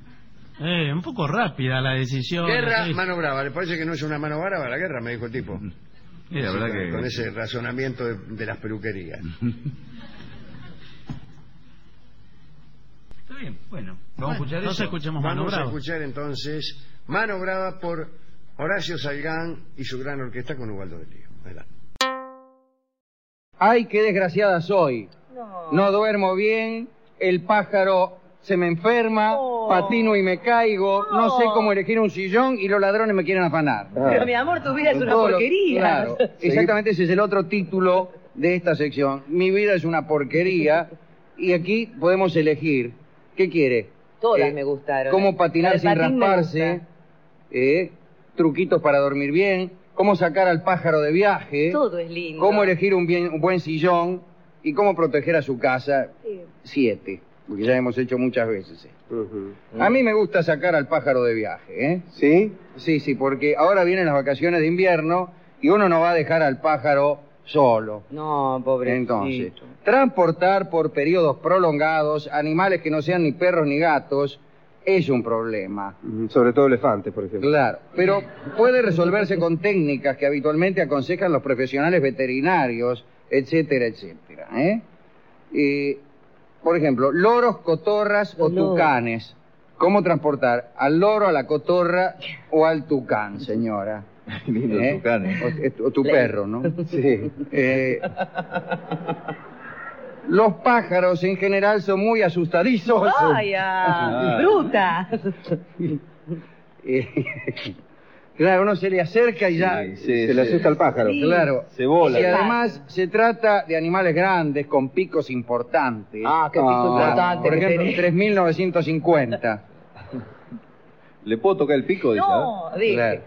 Speaker 6: Eh, un poco rápida la decisión.
Speaker 4: Guerra,
Speaker 6: sí.
Speaker 4: mano brava. ¿Le parece que no es una mano brava la guerra? Me dijo el tipo.
Speaker 5: Y la
Speaker 4: Así,
Speaker 5: verdad
Speaker 4: con,
Speaker 5: que...
Speaker 4: con ese razonamiento de, de las peluquerías.
Speaker 5: Está bien, bueno. Vamos
Speaker 6: Bueno,
Speaker 5: a escuchar
Speaker 6: entonces
Speaker 5: eso.
Speaker 6: escuchemos Mano
Speaker 4: Vamos a
Speaker 6: Brava.
Speaker 4: escuchar entonces Mano Brava por Horacio Salgán y su gran orquesta con Ubaldo de Lío. Adelante.
Speaker 1: ¡Ay, qué desgraciada soy! No. duermo bien, el pájaro se me enferma,
Speaker 8: Oh.
Speaker 1: patino y me caigo, no.
Speaker 8: No.
Speaker 1: sé cómo elegir un sillón y los ladrones me quieren afanar.
Speaker 3: Ah,
Speaker 8: Pero mi amor, tu vida es
Speaker 1: Con
Speaker 8: una
Speaker 1: todo lo-
Speaker 8: porquería.
Speaker 1: claro, exactamente ese es el otro título de esta sección. Mi vida es una porquería y aquí podemos elegir. ¿Qué quiere?
Speaker 8: Todas
Speaker 1: Eh,
Speaker 8: me gustaron.
Speaker 1: Cómo
Speaker 8: La
Speaker 1: patinar
Speaker 8: de
Speaker 1: sin
Speaker 8: patín me
Speaker 1: rasparse,
Speaker 8: gusta.
Speaker 1: eh, truquitos para dormir bien,
Speaker 7: cómo sacar al pájaro de viaje,
Speaker 8: Todo es lindo.
Speaker 7: eh. cómo elegir un, bien- un buen sillón y cómo proteger a su casa.
Speaker 8: Sí.
Speaker 7: Siete, porque ya hemos hecho muchas veces esto.
Speaker 3: Ujú.
Speaker 7: A mí me gusta sacar al pájaro de viaje, ¿eh?
Speaker 3: ¿Sí?
Speaker 7: Sí, sí, porque ahora vienen las vacaciones de invierno y uno no va a dejar al pájaro solo.
Speaker 8: No, pobre.
Speaker 7: Entonces, transportar por periodos prolongados animales que no sean ni perros ni gatos es un problema.
Speaker 3: Ujú, Sobre todo elefantes, por ejemplo.
Speaker 7: Claro, pero puede resolverse con técnicas que habitualmente aconsejan los profesionales veterinarios, etcétera, etcétera. ¿eh? Eh, por ejemplo, loros, cotorras o
Speaker 8: Los loros.
Speaker 7: tucanes. ¿Cómo transportar al loro, a la cotorra o al tucán, señora?
Speaker 3: Lindo
Speaker 7: ¿Eh?
Speaker 3: tucán, ¿eh?
Speaker 7: O- es- O, tu perro, ¿no?
Speaker 3: Sí.
Speaker 7: Eh, los pájaros en general son muy asustadizos. Ah.
Speaker 8: ¡Vaya! ¡Bruta!
Speaker 7: Eh, claro, uno se le acerca y ya.
Speaker 3: Sí, sí, se le asusta al pájaro.
Speaker 8: Sí.
Speaker 7: Claro.
Speaker 3: Se vola.
Speaker 7: Y además se trata de animales grandes con picos importantes.
Speaker 8: Ah, qué pico
Speaker 7: Claro,
Speaker 8: importante
Speaker 7: Por
Speaker 8: que
Speaker 7: ejemplo,
Speaker 8: tenés.
Speaker 7: 3950.
Speaker 3: ¿Le puedo tocar el pico? Dice,
Speaker 8: No, deje.
Speaker 7: Claro.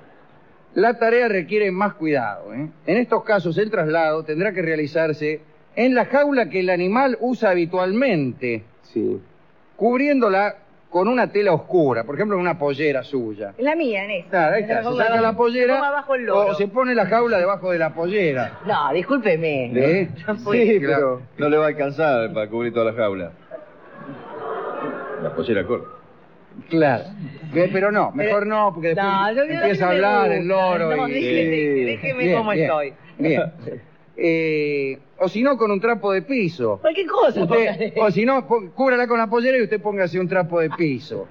Speaker 7: La tarea requiere más cuidado. ¿eh? En estos casos, el traslado tendrá que realizarse en la jaula que el animal usa habitualmente,
Speaker 3: ah? Sí.
Speaker 7: cubriéndola con una tela oscura, por ejemplo, una pollera suya.
Speaker 8: Es la mía, en esa.
Speaker 7: Claro, ahí
Speaker 8: En
Speaker 7: está, se
Speaker 8: jaula
Speaker 7: saca
Speaker 8: abajo.
Speaker 7: la pollera
Speaker 8: Se ponga abajo el loro.
Speaker 7: o se pone la jaula debajo de la pollera.
Speaker 8: No, discúlpeme.
Speaker 7: ¿eh?
Speaker 3: Sí, pero
Speaker 7: claro.
Speaker 3: no le va a alcanzar para cubrir toda la jaula. La pollera corta.
Speaker 7: Claro. Ve, Pero no, mejor no, porque después
Speaker 8: No, yo- yo-
Speaker 7: empieza a
Speaker 8: a mí me
Speaker 7: hablar
Speaker 8: gusta.
Speaker 7: el loro.
Speaker 8: No,
Speaker 7: y-
Speaker 8: déjeme,
Speaker 7: Sí.
Speaker 8: déjeme
Speaker 7: Bien,
Speaker 8: como
Speaker 7: bien,
Speaker 8: estoy.
Speaker 7: Bien. Eh, o si no, con un trapo de piso.
Speaker 8: Cualquier cosa.
Speaker 7: Usted-
Speaker 8: póngale.
Speaker 7: o si no, po- cúbrala con la pollera y usted póngase un trapo de piso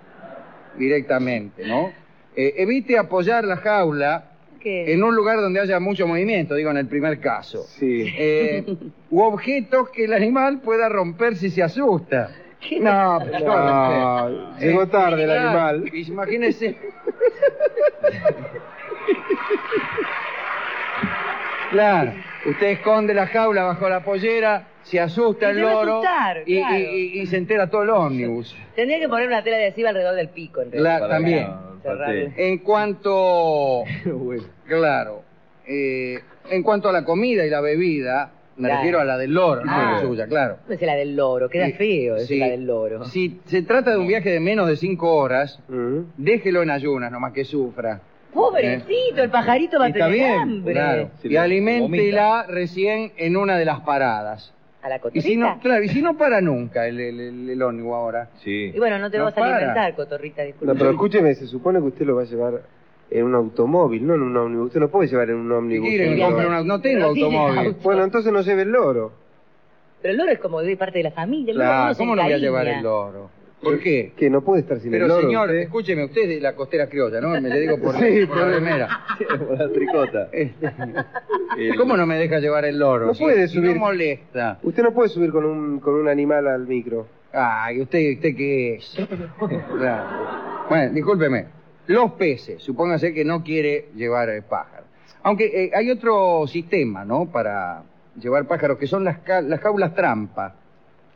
Speaker 7: directamente, ¿no? Eh, evite apoyar la jaula
Speaker 8: ¿Qué?
Speaker 7: en un lugar donde haya mucho movimiento, digo, en el primer caso.
Speaker 3: Sí.
Speaker 7: Eh, u objetos que el animal pueda romper si se asusta. No, pero-
Speaker 3: Ah, llegó tarde el
Speaker 7: Claro,
Speaker 3: animal.
Speaker 7: Imagínese. claro, usted esconde la jaula bajo la pollera, se asusta
Speaker 8: Y
Speaker 7: el
Speaker 8: se va a
Speaker 7: loro
Speaker 8: asustar,
Speaker 7: y,
Speaker 8: claro.
Speaker 7: y- y se entera todo el ómnibus.
Speaker 8: Tendría que poner una tela de adhesiva alrededor del pico, en realidad.
Speaker 7: Claro,
Speaker 3: Para
Speaker 7: también.
Speaker 3: que no
Speaker 8: Cerrarle.
Speaker 3: patee.
Speaker 7: En cuanto,
Speaker 3: Bueno.
Speaker 7: claro, eh, en cuanto a la comida y la bebida, me
Speaker 8: Claro.
Speaker 7: refiero a la del loro, no a la
Speaker 8: Ah.
Speaker 7: suya, claro.
Speaker 8: No es la del loro, queda
Speaker 7: Sí,
Speaker 8: feo, es
Speaker 7: sí.
Speaker 8: la del loro.
Speaker 7: Si se trata de un viaje de menos de cinco horas,
Speaker 8: Mm.
Speaker 3: Ujú.
Speaker 7: déjelo en ayunas, nomás que sufra.
Speaker 8: Pobrecito, el pajarito va a
Speaker 7: Está
Speaker 8: tener
Speaker 7: bien,
Speaker 8: hambre.
Speaker 7: claro.
Speaker 3: Si
Speaker 7: y
Speaker 3: lo-
Speaker 7: aliméntela recién en una de las paradas.
Speaker 8: A la
Speaker 7: Y
Speaker 8: cotorrita.
Speaker 7: si no, claro, y si no para nunca el, el, el- el ómnibus ahora.
Speaker 3: Sí.
Speaker 8: Y bueno, no te
Speaker 7: No
Speaker 8: vas a
Speaker 7: para.
Speaker 8: alimentar, cotorrita, disculpe.
Speaker 3: No, pero escúcheme, se supone que usted lo va a llevar en un automóvil, no en un ómnibus. Usted no puede llevar en un
Speaker 7: Si
Speaker 3: ómnibus.
Speaker 7: quiere,
Speaker 3: un
Speaker 7: que
Speaker 8: Bien.
Speaker 7: compre
Speaker 3: loro.
Speaker 7: un auto. No tengo
Speaker 8: No tiene
Speaker 7: automóvil.
Speaker 8: auto.
Speaker 3: Bueno, entonces no lleve el loro.
Speaker 8: Pero el loro es como de parte de la familia. el loro uno
Speaker 7: Claro,
Speaker 8: se
Speaker 7: ¿cómo no voy a
Speaker 8: encariña.
Speaker 7: llevar el loro? ¿Por qué?
Speaker 3: Que no puede estar sin el
Speaker 7: Pero
Speaker 3: loro.
Speaker 7: señor,
Speaker 3: usted.
Speaker 7: escúcheme, usted es de la costera criolla, ¿no? Me le digo por,
Speaker 3: Sí,
Speaker 7: por la remera. Este,
Speaker 3: Por la tricota. El-
Speaker 7: ¿Cómo no me deja llevar el loro?
Speaker 3: No
Speaker 7: Si-
Speaker 3: puede
Speaker 7: si
Speaker 3: subir.
Speaker 7: No molesta.
Speaker 3: Usted no puede subir con un, con un animal al micro.
Speaker 7: Ay, ¿usted, usted qué es? Claro. Bueno, discúlpeme. Los peces, supóngase que no quiere llevar eh, pájaros. Aunque eh, hay otro sistema, ¿no? Para llevar pájaros, que son las, ca- las jaulas trampa.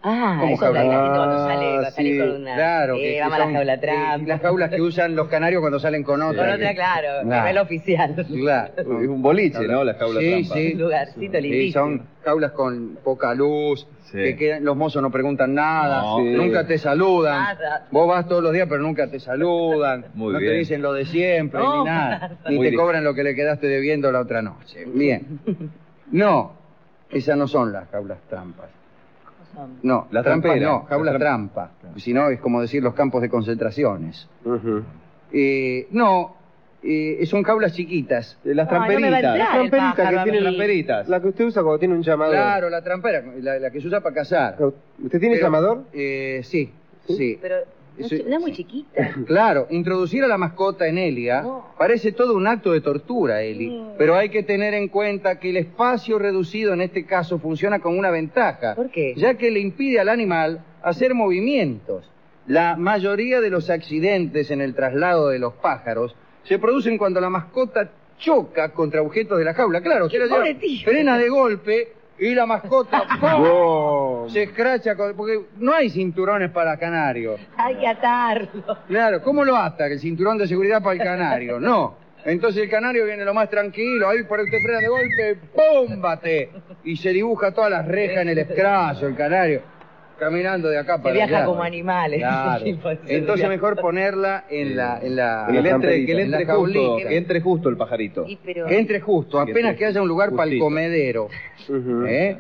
Speaker 8: Ah,
Speaker 7: ¿Cómo
Speaker 8: eso habla
Speaker 7: jaula?
Speaker 8: la gente cuando sale,
Speaker 3: Ah,
Speaker 8: va a salir
Speaker 3: sí,
Speaker 8: con una...
Speaker 7: Claro.
Speaker 8: eh,
Speaker 7: que- que
Speaker 8: vamos a
Speaker 7: son,
Speaker 8: la jaula
Speaker 7: eh,
Speaker 8: trampa.
Speaker 7: las jaulas que usan los canarios cuando salen con
Speaker 8: Con
Speaker 7: otra.
Speaker 8: otra,
Speaker 7: que-
Speaker 8: claro,
Speaker 7: Claro.
Speaker 8: que no es la oficial.
Speaker 7: Claro.
Speaker 3: Es un boliche, ¿no? La jaula
Speaker 7: Sí,
Speaker 3: trampa.
Speaker 7: sí.
Speaker 8: Un lugarcito
Speaker 7: Sí,
Speaker 8: lindísimo.
Speaker 7: son jaulas con poca luz,
Speaker 3: Sí.
Speaker 7: que quedan- los mozos no preguntan nada,
Speaker 3: No. Sí.
Speaker 7: nunca te saludan.
Speaker 8: Nada.
Speaker 7: Vos vas todos los días, pero nunca te saludan,
Speaker 3: Muy
Speaker 7: no
Speaker 3: bien.
Speaker 7: te dicen lo de siempre,
Speaker 8: No,
Speaker 7: ni nada,
Speaker 8: nada.
Speaker 7: ni
Speaker 3: Muy
Speaker 7: te
Speaker 3: bien.
Speaker 7: cobran lo que le quedaste debiendo la otra noche. Bien. No, esas no son las jaulas trampas. No,
Speaker 3: Las
Speaker 7: las trampas
Speaker 3: tramperas.
Speaker 7: no, jaulas
Speaker 3: Las
Speaker 7: trampa. Si no, es como decir los campos de concentraciones.
Speaker 3: Ujú.
Speaker 7: Eh, no, eh, son jaulas chiquitas.
Speaker 3: Eh, Las
Speaker 8: Ay, no me va
Speaker 3: tramperitas.
Speaker 8: a entrar
Speaker 3: las
Speaker 8: el
Speaker 3: tramperitas
Speaker 8: pájaro a
Speaker 3: que tienen
Speaker 8: mí.
Speaker 3: tramperitas. La que usted usa cuando tiene un llamador.
Speaker 7: Claro, la trampera, la, la que se usa para cazar.
Speaker 3: ¿Usted tiene
Speaker 7: Pero,
Speaker 3: llamador?
Speaker 7: Eh, sí, sí.
Speaker 8: Pero no,
Speaker 7: Sí.
Speaker 8: es- no es muy chiquita.
Speaker 7: Claro, introducir a la mascota en Elia
Speaker 8: No.
Speaker 7: parece todo un acto de tortura, Eli.
Speaker 8: Mm.
Speaker 7: Pero hay que tener en cuenta que el espacio reducido en este caso funciona con una ventaja.
Speaker 8: ¿Por qué?
Speaker 7: Ya que le impide al animal hacer movimientos. La mayoría de los accidentes en el traslado de los pájaros se producen cuando la mascota choca contra objetos de la jaula. Claro, usted la lleva-
Speaker 8: pobre tío.
Speaker 7: frena de golpe y la mascota ¡pum!
Speaker 3: Wow.
Speaker 7: se escracha con- porque no hay cinturones para canarios.
Speaker 8: Hay que atarlo.
Speaker 7: Claro, ¿cómo lo ata? El cinturón de seguridad para el canario. No. Entonces el canario viene lo más tranquilo, ahí por el te frena de golpe, ¡pómbate! Y se dibuja todas las rejas en el escraso, el canario, caminando de acá para allá.
Speaker 8: viaja como animal, ¿eh?
Speaker 7: Claro.
Speaker 8: Sí, por ser
Speaker 7: Entonces
Speaker 8: viaja.
Speaker 7: mejor ponerla en la... En la
Speaker 3: Que le entre, que le
Speaker 7: en la
Speaker 3: entre justo,
Speaker 7: jaulita.
Speaker 3: que entre justo el pajarito.
Speaker 8: Y pero-
Speaker 7: Que entre justo,
Speaker 3: Que
Speaker 7: apenas
Speaker 3: entre
Speaker 7: que haya un lugar para el
Speaker 3: justito.
Speaker 7: comedero. ¿eh?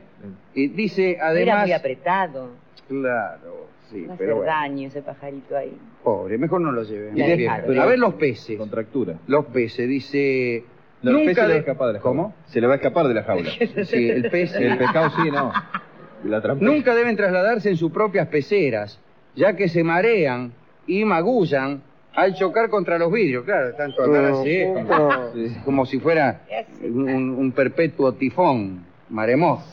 Speaker 7: Y dice
Speaker 8: Era
Speaker 7: además...
Speaker 8: muy apretado.
Speaker 7: Claro, sí,
Speaker 8: Va a hacer
Speaker 7: pero bueno,
Speaker 8: daño ese pajarito ahí.
Speaker 7: pobre, mejor no lo lleven.
Speaker 8: Y
Speaker 7: Bien,
Speaker 8: deja-
Speaker 7: pero- a ver los peces.
Speaker 3: Contractura.
Speaker 7: Los peces, dice...
Speaker 3: No, el pez se le va a
Speaker 7: de-
Speaker 3: escapar de la jaula.
Speaker 7: ¿Cómo?
Speaker 3: Se le va a escapar de la jaula.
Speaker 7: Sí, el pez...
Speaker 3: El pescado sí, no. La trampa.
Speaker 7: Nunca deben trasladarse en sus propias peceras, ya que se marean y magullan al chocar contra los vidrios. Claro, tanto andar así, es como, como si fuera un, un perpetuo tifón, maremoto.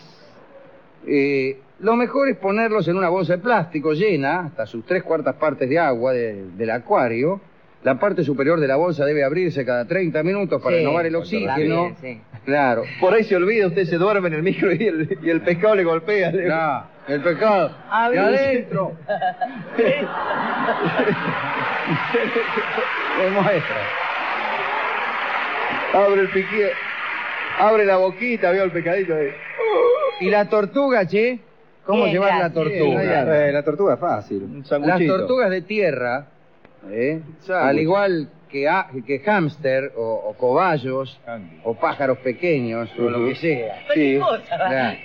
Speaker 7: Eh, lo mejor es ponerlos en una bolsa de plástico llena hasta sus tres cuartas partes de agua de- del acuario. La parte superior de la bolsa debe abrirse cada 30 minutos para
Speaker 8: Sí,
Speaker 7: renovar el oxígeno.
Speaker 8: también, sí.
Speaker 7: Claro.
Speaker 3: Por ahí se olvida, usted se duerme en el micro y el, y el pescado le golpea. le-
Speaker 7: Ya, el pecado.
Speaker 8: Abrí.
Speaker 7: Y
Speaker 3: eh,
Speaker 7: adentro. Le muestra.
Speaker 3: Abre el piquete. Abre la boquita, veo el pescadito. ahí.
Speaker 7: ¿Y la tortuga, che? ¿Cómo
Speaker 8: Bien,
Speaker 7: llevar la
Speaker 8: gracias.
Speaker 7: tortuga?
Speaker 3: Bien, gracias.
Speaker 2: Eh, la tortuga es fácil.
Speaker 3: Un
Speaker 7: Las
Speaker 3: sanguchito.
Speaker 7: tortugas de tierra, ¿eh?
Speaker 3: Sándwich.
Speaker 7: al igual que, a- que hámster o, o cobayos
Speaker 3: Handy.
Speaker 7: o pájaros pequeños o lo que sea,
Speaker 3: Sí.
Speaker 7: claro,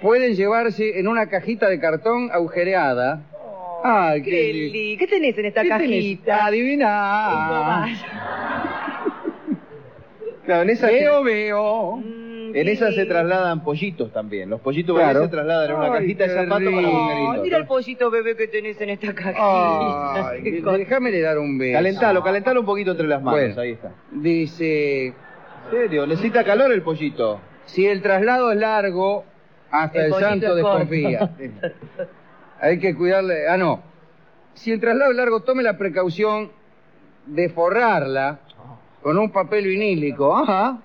Speaker 7: pueden llevarse en una cajita de cartón agujereada. Este ¡Ay,
Speaker 8: Qué
Speaker 7: qué,
Speaker 8: li-
Speaker 7: lindo.
Speaker 8: ¿Qué tenés en esta
Speaker 7: ¿Qué tenés? Ah,
Speaker 8: cajita?
Speaker 7: Adiviná.
Speaker 3: Claro, en esa,
Speaker 7: Veo, veo.
Speaker 8: Mm,
Speaker 3: en esa se trasladan pollitos también. Los pollitos bebés
Speaker 7: Claro.
Speaker 3: se trasladan en una
Speaker 7: Ay,
Speaker 3: cajita de
Speaker 7: qué
Speaker 3: zapatos para
Speaker 7: rico.
Speaker 3: los
Speaker 8: mira
Speaker 3: pajaritos.
Speaker 8: el pollito bebé que tenés en esta cajita.
Speaker 7: Ay, déjame le dar un beso.
Speaker 3: Calentalo, calentalo un poquito entre las manos.
Speaker 7: Bueno.
Speaker 3: Ahí está.
Speaker 7: Dice,
Speaker 3: ¿En serio? ¿Necesita calor el pollito?
Speaker 7: si el traslado es largo, hasta
Speaker 8: El
Speaker 7: el,
Speaker 8: pollito
Speaker 7: santo
Speaker 8: es corto.
Speaker 7: desconfía. Hay que cuidarle. Ah, no. Si el traslado es largo, tome la precaución de forrarla
Speaker 8: Ah.
Speaker 7: con un papel vinílico. Ajá.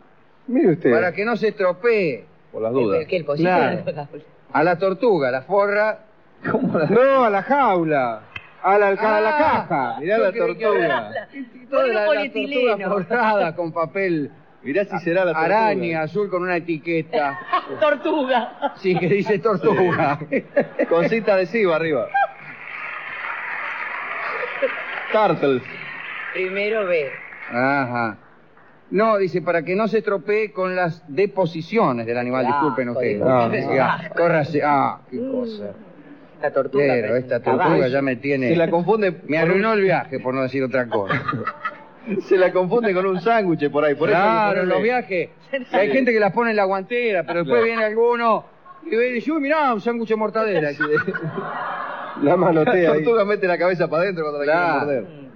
Speaker 2: Mire usted.
Speaker 7: Para que no se estropee.
Speaker 3: Este, Por las
Speaker 8: El-
Speaker 3: dudas.
Speaker 8: el- que el pollito
Speaker 7: Claro.
Speaker 8: de la-
Speaker 7: A la tortuga, la forra.
Speaker 2: No, a la jaula. A la, a la
Speaker 7: Ah,
Speaker 2: caja.
Speaker 3: Mirá
Speaker 7: yo
Speaker 3: la
Speaker 7: creí que-
Speaker 3: tortuga.
Speaker 7: Toda
Speaker 8: Con
Speaker 7: la,
Speaker 8: un
Speaker 7: la
Speaker 8: polietileno.
Speaker 7: tortuga forrada con papel
Speaker 3: Mirá si será la tortuga.
Speaker 7: araña azul con una etiqueta.
Speaker 8: Tortuga.
Speaker 7: Sí, que dice tortuga.
Speaker 3: Con cinta adhesiva arriba. Turtles.
Speaker 8: Primero B.
Speaker 7: Ajá. No, dice, para que no se estropee con las deposiciones del animal,
Speaker 8: Claro,
Speaker 7: disculpen ustedes.
Speaker 8: digo,
Speaker 7: Ah,
Speaker 8: es un
Speaker 7: ya,
Speaker 8: asco.
Speaker 7: córrase. Ah, qué cosa.
Speaker 8: La tortuga.
Speaker 7: Pero
Speaker 8: parece
Speaker 7: esta
Speaker 8: un caballo.
Speaker 7: tortuga ya me
Speaker 3: Se la
Speaker 7: tiene.
Speaker 3: confunde.
Speaker 7: Me
Speaker 3: con
Speaker 7: arruinó el viaje, por no decir otra cosa.
Speaker 3: un- Se la confunde con un sándwich eh, por ahí. Por eso hay que
Speaker 7: claro,
Speaker 3: ponerle-
Speaker 7: los viajes. Hay gente que las pone en la guantera, pero después
Speaker 3: Claro.
Speaker 7: viene alguno y ve y dice, uy, mirá, un sándwich de mortadela.
Speaker 2: La
Speaker 3: La
Speaker 2: manotea ahí.
Speaker 3: tortuga mete la cabeza para adentro cuando la
Speaker 7: Claro.
Speaker 3: quiere
Speaker 8: Mm.
Speaker 3: morder.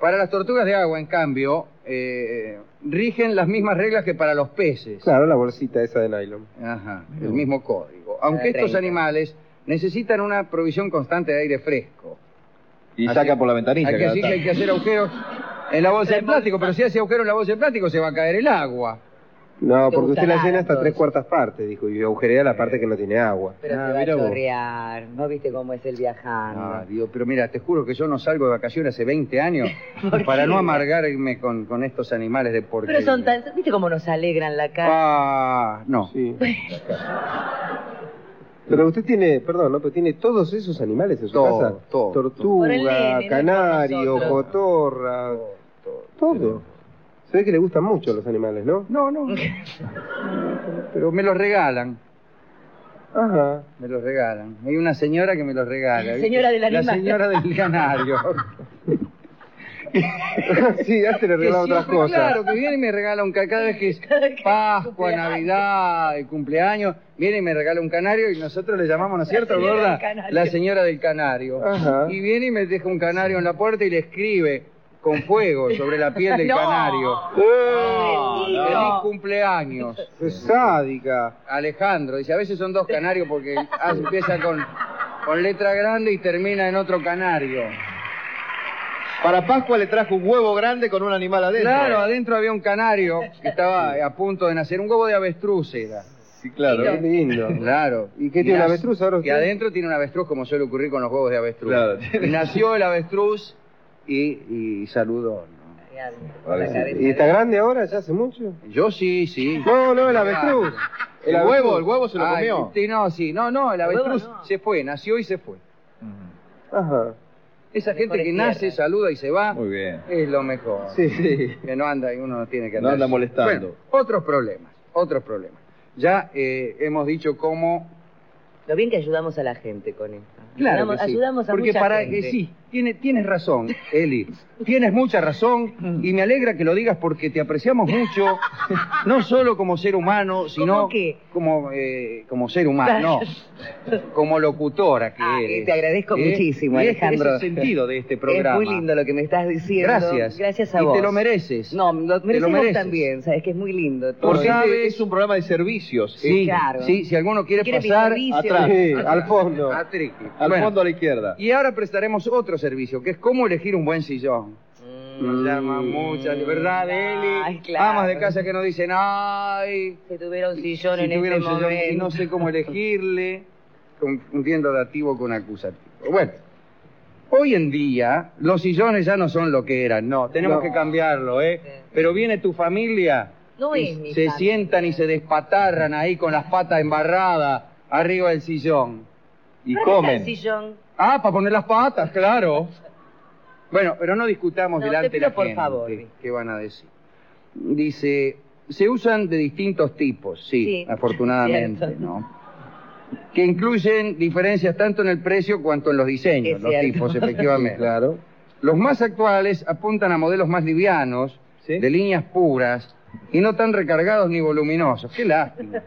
Speaker 7: Para las tortugas de agua, en cambio, eh, rigen las mismas reglas que para los peces.
Speaker 2: Claro, la bolsita esa de nylon.
Speaker 7: Ajá, el mismo código. Aunque estos
Speaker 8: 30.
Speaker 7: animales necesitan una provisión constante de aire fresco.
Speaker 3: Y
Speaker 7: Así-
Speaker 3: saca por la ventanilla.
Speaker 7: Hay que,
Speaker 3: cada
Speaker 7: así que hay
Speaker 3: tanto.
Speaker 7: que hacer agujeros en la bolsa de plástico, pero si hace agujero en la bolsa de plástico se va a caer el agua.
Speaker 2: No,
Speaker 8: Te
Speaker 2: porque usted la
Speaker 8: gustará,
Speaker 2: llena hasta
Speaker 8: entonces.
Speaker 2: tres cuartas partes, dijo, y agujerea la parte que no tiene agua.
Speaker 8: Pero
Speaker 2: Ah,
Speaker 8: te va a
Speaker 2: mira vos.
Speaker 8: chorrear. ¿No viste cómo es el viajando?
Speaker 7: Ah, Dios, pero mira, te juro que yo no salgo de vacaciones hace 20 años para no amargarme con, con estos animales de porquería.
Speaker 8: Pero son tan... ¿Viste cómo nos alegran la cara?
Speaker 7: Ah, no.
Speaker 2: Sí. Pero usted tiene, perdón, ¿no? Pero tiene todos esos animales en su
Speaker 7: Todo,
Speaker 2: casa.
Speaker 7: todo.
Speaker 8: Por el nene, no
Speaker 2: Tortuga,
Speaker 8: es por
Speaker 2: canario,
Speaker 8: nosotros.
Speaker 2: cotorra, todo. Se ve que le gustan mucho los animales, ¿no?
Speaker 7: No, no. Pero me los regalan,
Speaker 2: Ajá.
Speaker 7: me los regalan. Hay una señora que me los regala. ¿viste?
Speaker 8: Señora del
Speaker 7: La
Speaker 8: animal.
Speaker 7: señora del canario.
Speaker 2: sí, ya se le regalaba
Speaker 7: Que siempre,
Speaker 2: otras cosas.
Speaker 7: Claro, que viene y me regala un canario. Cada vez que es Pascua, Navidad, el cumpleaños, viene y me regala un canario y nosotros le llamamos, ¿no es cierto,
Speaker 8: señora
Speaker 7: gorda?
Speaker 8: del canario.
Speaker 7: La señora del canario.
Speaker 2: Ajá.
Speaker 7: Y viene y me deja un canario en la puerta y le escribe con fuego sobre la piel del
Speaker 8: No.
Speaker 7: canario.
Speaker 3: ¡Oh!
Speaker 8: Bendito.
Speaker 7: ¡Oh! Feliz cumpleaños.
Speaker 2: Es sádica.
Speaker 7: Alejandro, dice, a veces son dos canarios porque ah, empieza con, con letra grande y termina en otro canario.
Speaker 3: Para Pascua le trajo un huevo grande con un animal adentro.
Speaker 7: Claro, adentro había un canario que estaba a punto de nacer, un huevo de avestruz era.
Speaker 3: Sí, claro.
Speaker 2: Qué lindo.
Speaker 7: Claro.
Speaker 2: ¿Y qué tiene
Speaker 7: la
Speaker 2: un avestruz ahora
Speaker 7: Y
Speaker 2: usted?
Speaker 7: adentro tiene un avestruz como suele ocurrir con los huevos de avestruz.
Speaker 3: Claro.
Speaker 7: Y nació el avestruz y, y saludó. ¿no?
Speaker 8: genial.
Speaker 3: Vale,
Speaker 8: La
Speaker 3: sí.
Speaker 8: cabeza
Speaker 2: ¿Y está
Speaker 8: de-
Speaker 2: grande ahora? ¿Ya hace mucho?
Speaker 7: Yo sí, sí.
Speaker 2: No, no, el avestruz.
Speaker 3: El
Speaker 2: avestruz.
Speaker 3: huevo, el huevo se lo
Speaker 7: Ay,
Speaker 3: comió.
Speaker 7: sí, no, sí, no, no, el
Speaker 8: huevo
Speaker 7: avestruz
Speaker 8: no.
Speaker 7: se fue, nació y se fue.
Speaker 2: Ajá.
Speaker 7: Esa
Speaker 8: Mejor
Speaker 7: gente que
Speaker 8: es
Speaker 7: nace,
Speaker 8: tierra.
Speaker 7: saluda y se va,
Speaker 3: Muy bien.
Speaker 7: es lo mejor.
Speaker 2: Sí, sí.
Speaker 7: Que no anda y uno no tiene que
Speaker 3: No
Speaker 7: andar.
Speaker 3: anda molestando.
Speaker 7: Bueno, otros problemas, otros problemas. Ya eh, hemos dicho cómo...
Speaker 8: Lo bien que ayudamos a la gente con esto.
Speaker 7: Claro
Speaker 8: ayudamos,
Speaker 7: que sí.
Speaker 8: ayudamos a
Speaker 7: Porque
Speaker 8: mucha
Speaker 7: para
Speaker 8: gente.
Speaker 7: que sí, tiene, tienes razón, Eli. Tienes mucha
Speaker 8: Mm.
Speaker 7: razón y me alegra que lo digas porque te apreciamos mucho, no solo como ser humano, sino
Speaker 8: qué?
Speaker 7: como eh, como ser humano, no, como locutora que
Speaker 8: Ah,
Speaker 7: eres.
Speaker 8: te agradezco
Speaker 7: ¿eh?
Speaker 8: muchísimo,
Speaker 7: Y es-
Speaker 8: Alejandro.
Speaker 7: Es el sentido de este programa.
Speaker 8: Es muy lindo lo que me estás diciendo.
Speaker 7: Gracias.
Speaker 8: Gracias a
Speaker 7: y
Speaker 8: vos.
Speaker 7: te lo mereces.
Speaker 8: No, lo
Speaker 7: Te
Speaker 8: mereces,
Speaker 7: lo
Speaker 8: vos
Speaker 7: mereces.
Speaker 8: también, sabes que es muy lindo. todo.
Speaker 3: Porque
Speaker 7: Por
Speaker 3: este
Speaker 7: sabes-
Speaker 3: es un programa de servicios.
Speaker 7: Sí,
Speaker 8: claro.
Speaker 7: sí, si alguno quiere,
Speaker 8: Quiere mi
Speaker 7: pasar
Speaker 8: servicio.
Speaker 3: atrás.
Speaker 2: Sí, al fondo.
Speaker 7: a Triqui.
Speaker 3: Al
Speaker 7: Bueno,
Speaker 3: fondo a la izquierda.
Speaker 7: Y ahora prestaremos otro servicio, que es cómo elegir un buen sillón.
Speaker 8: Mm.
Speaker 7: Nos llaman muchas, de verdad, Eli.
Speaker 8: Ay, claro.
Speaker 7: Amas de casa que nos dicen, ay,
Speaker 8: Si tuviera un sillón
Speaker 7: si
Speaker 8: en
Speaker 7: tuviera
Speaker 8: este
Speaker 7: un sillón
Speaker 8: momento.
Speaker 7: y no sé cómo elegirle, confundiendo dativo con acusativo. Bueno, hoy en día los sillones ya no son lo que eran, no, tenemos
Speaker 2: No.
Speaker 7: que cambiarlo, ¿eh?
Speaker 8: Sí.
Speaker 7: Pero viene tu familia,
Speaker 8: No
Speaker 7: y
Speaker 8: es mi
Speaker 7: se
Speaker 8: familia.
Speaker 7: sientan y se despatarran ahí con las patas embarradas arriba del sillón.
Speaker 3: Y
Speaker 8: ¿Dónde está el
Speaker 3: comen.
Speaker 8: sillón?
Speaker 7: Ah, para poner las patas, claro. Bueno, pero no discutamos
Speaker 8: No,
Speaker 7: delante
Speaker 8: te
Speaker 7: de
Speaker 8: pido
Speaker 7: la
Speaker 8: por
Speaker 7: gente
Speaker 8: favor.
Speaker 7: qué van a decir. Dice, se usan de distintos tipos, sí,
Speaker 8: Sí,
Speaker 7: afortunadamente,
Speaker 8: cierto.
Speaker 7: ¿no? Que incluyen diferencias tanto en el precio cuanto en los diseños,
Speaker 8: Es
Speaker 7: los
Speaker 8: cierto.
Speaker 7: tipos, efectivamente.
Speaker 2: Claro.
Speaker 7: Los más actuales apuntan a modelos más livianos,
Speaker 2: Sí.
Speaker 7: de líneas puras, y no tan recargados ni voluminosos. Qué lástima.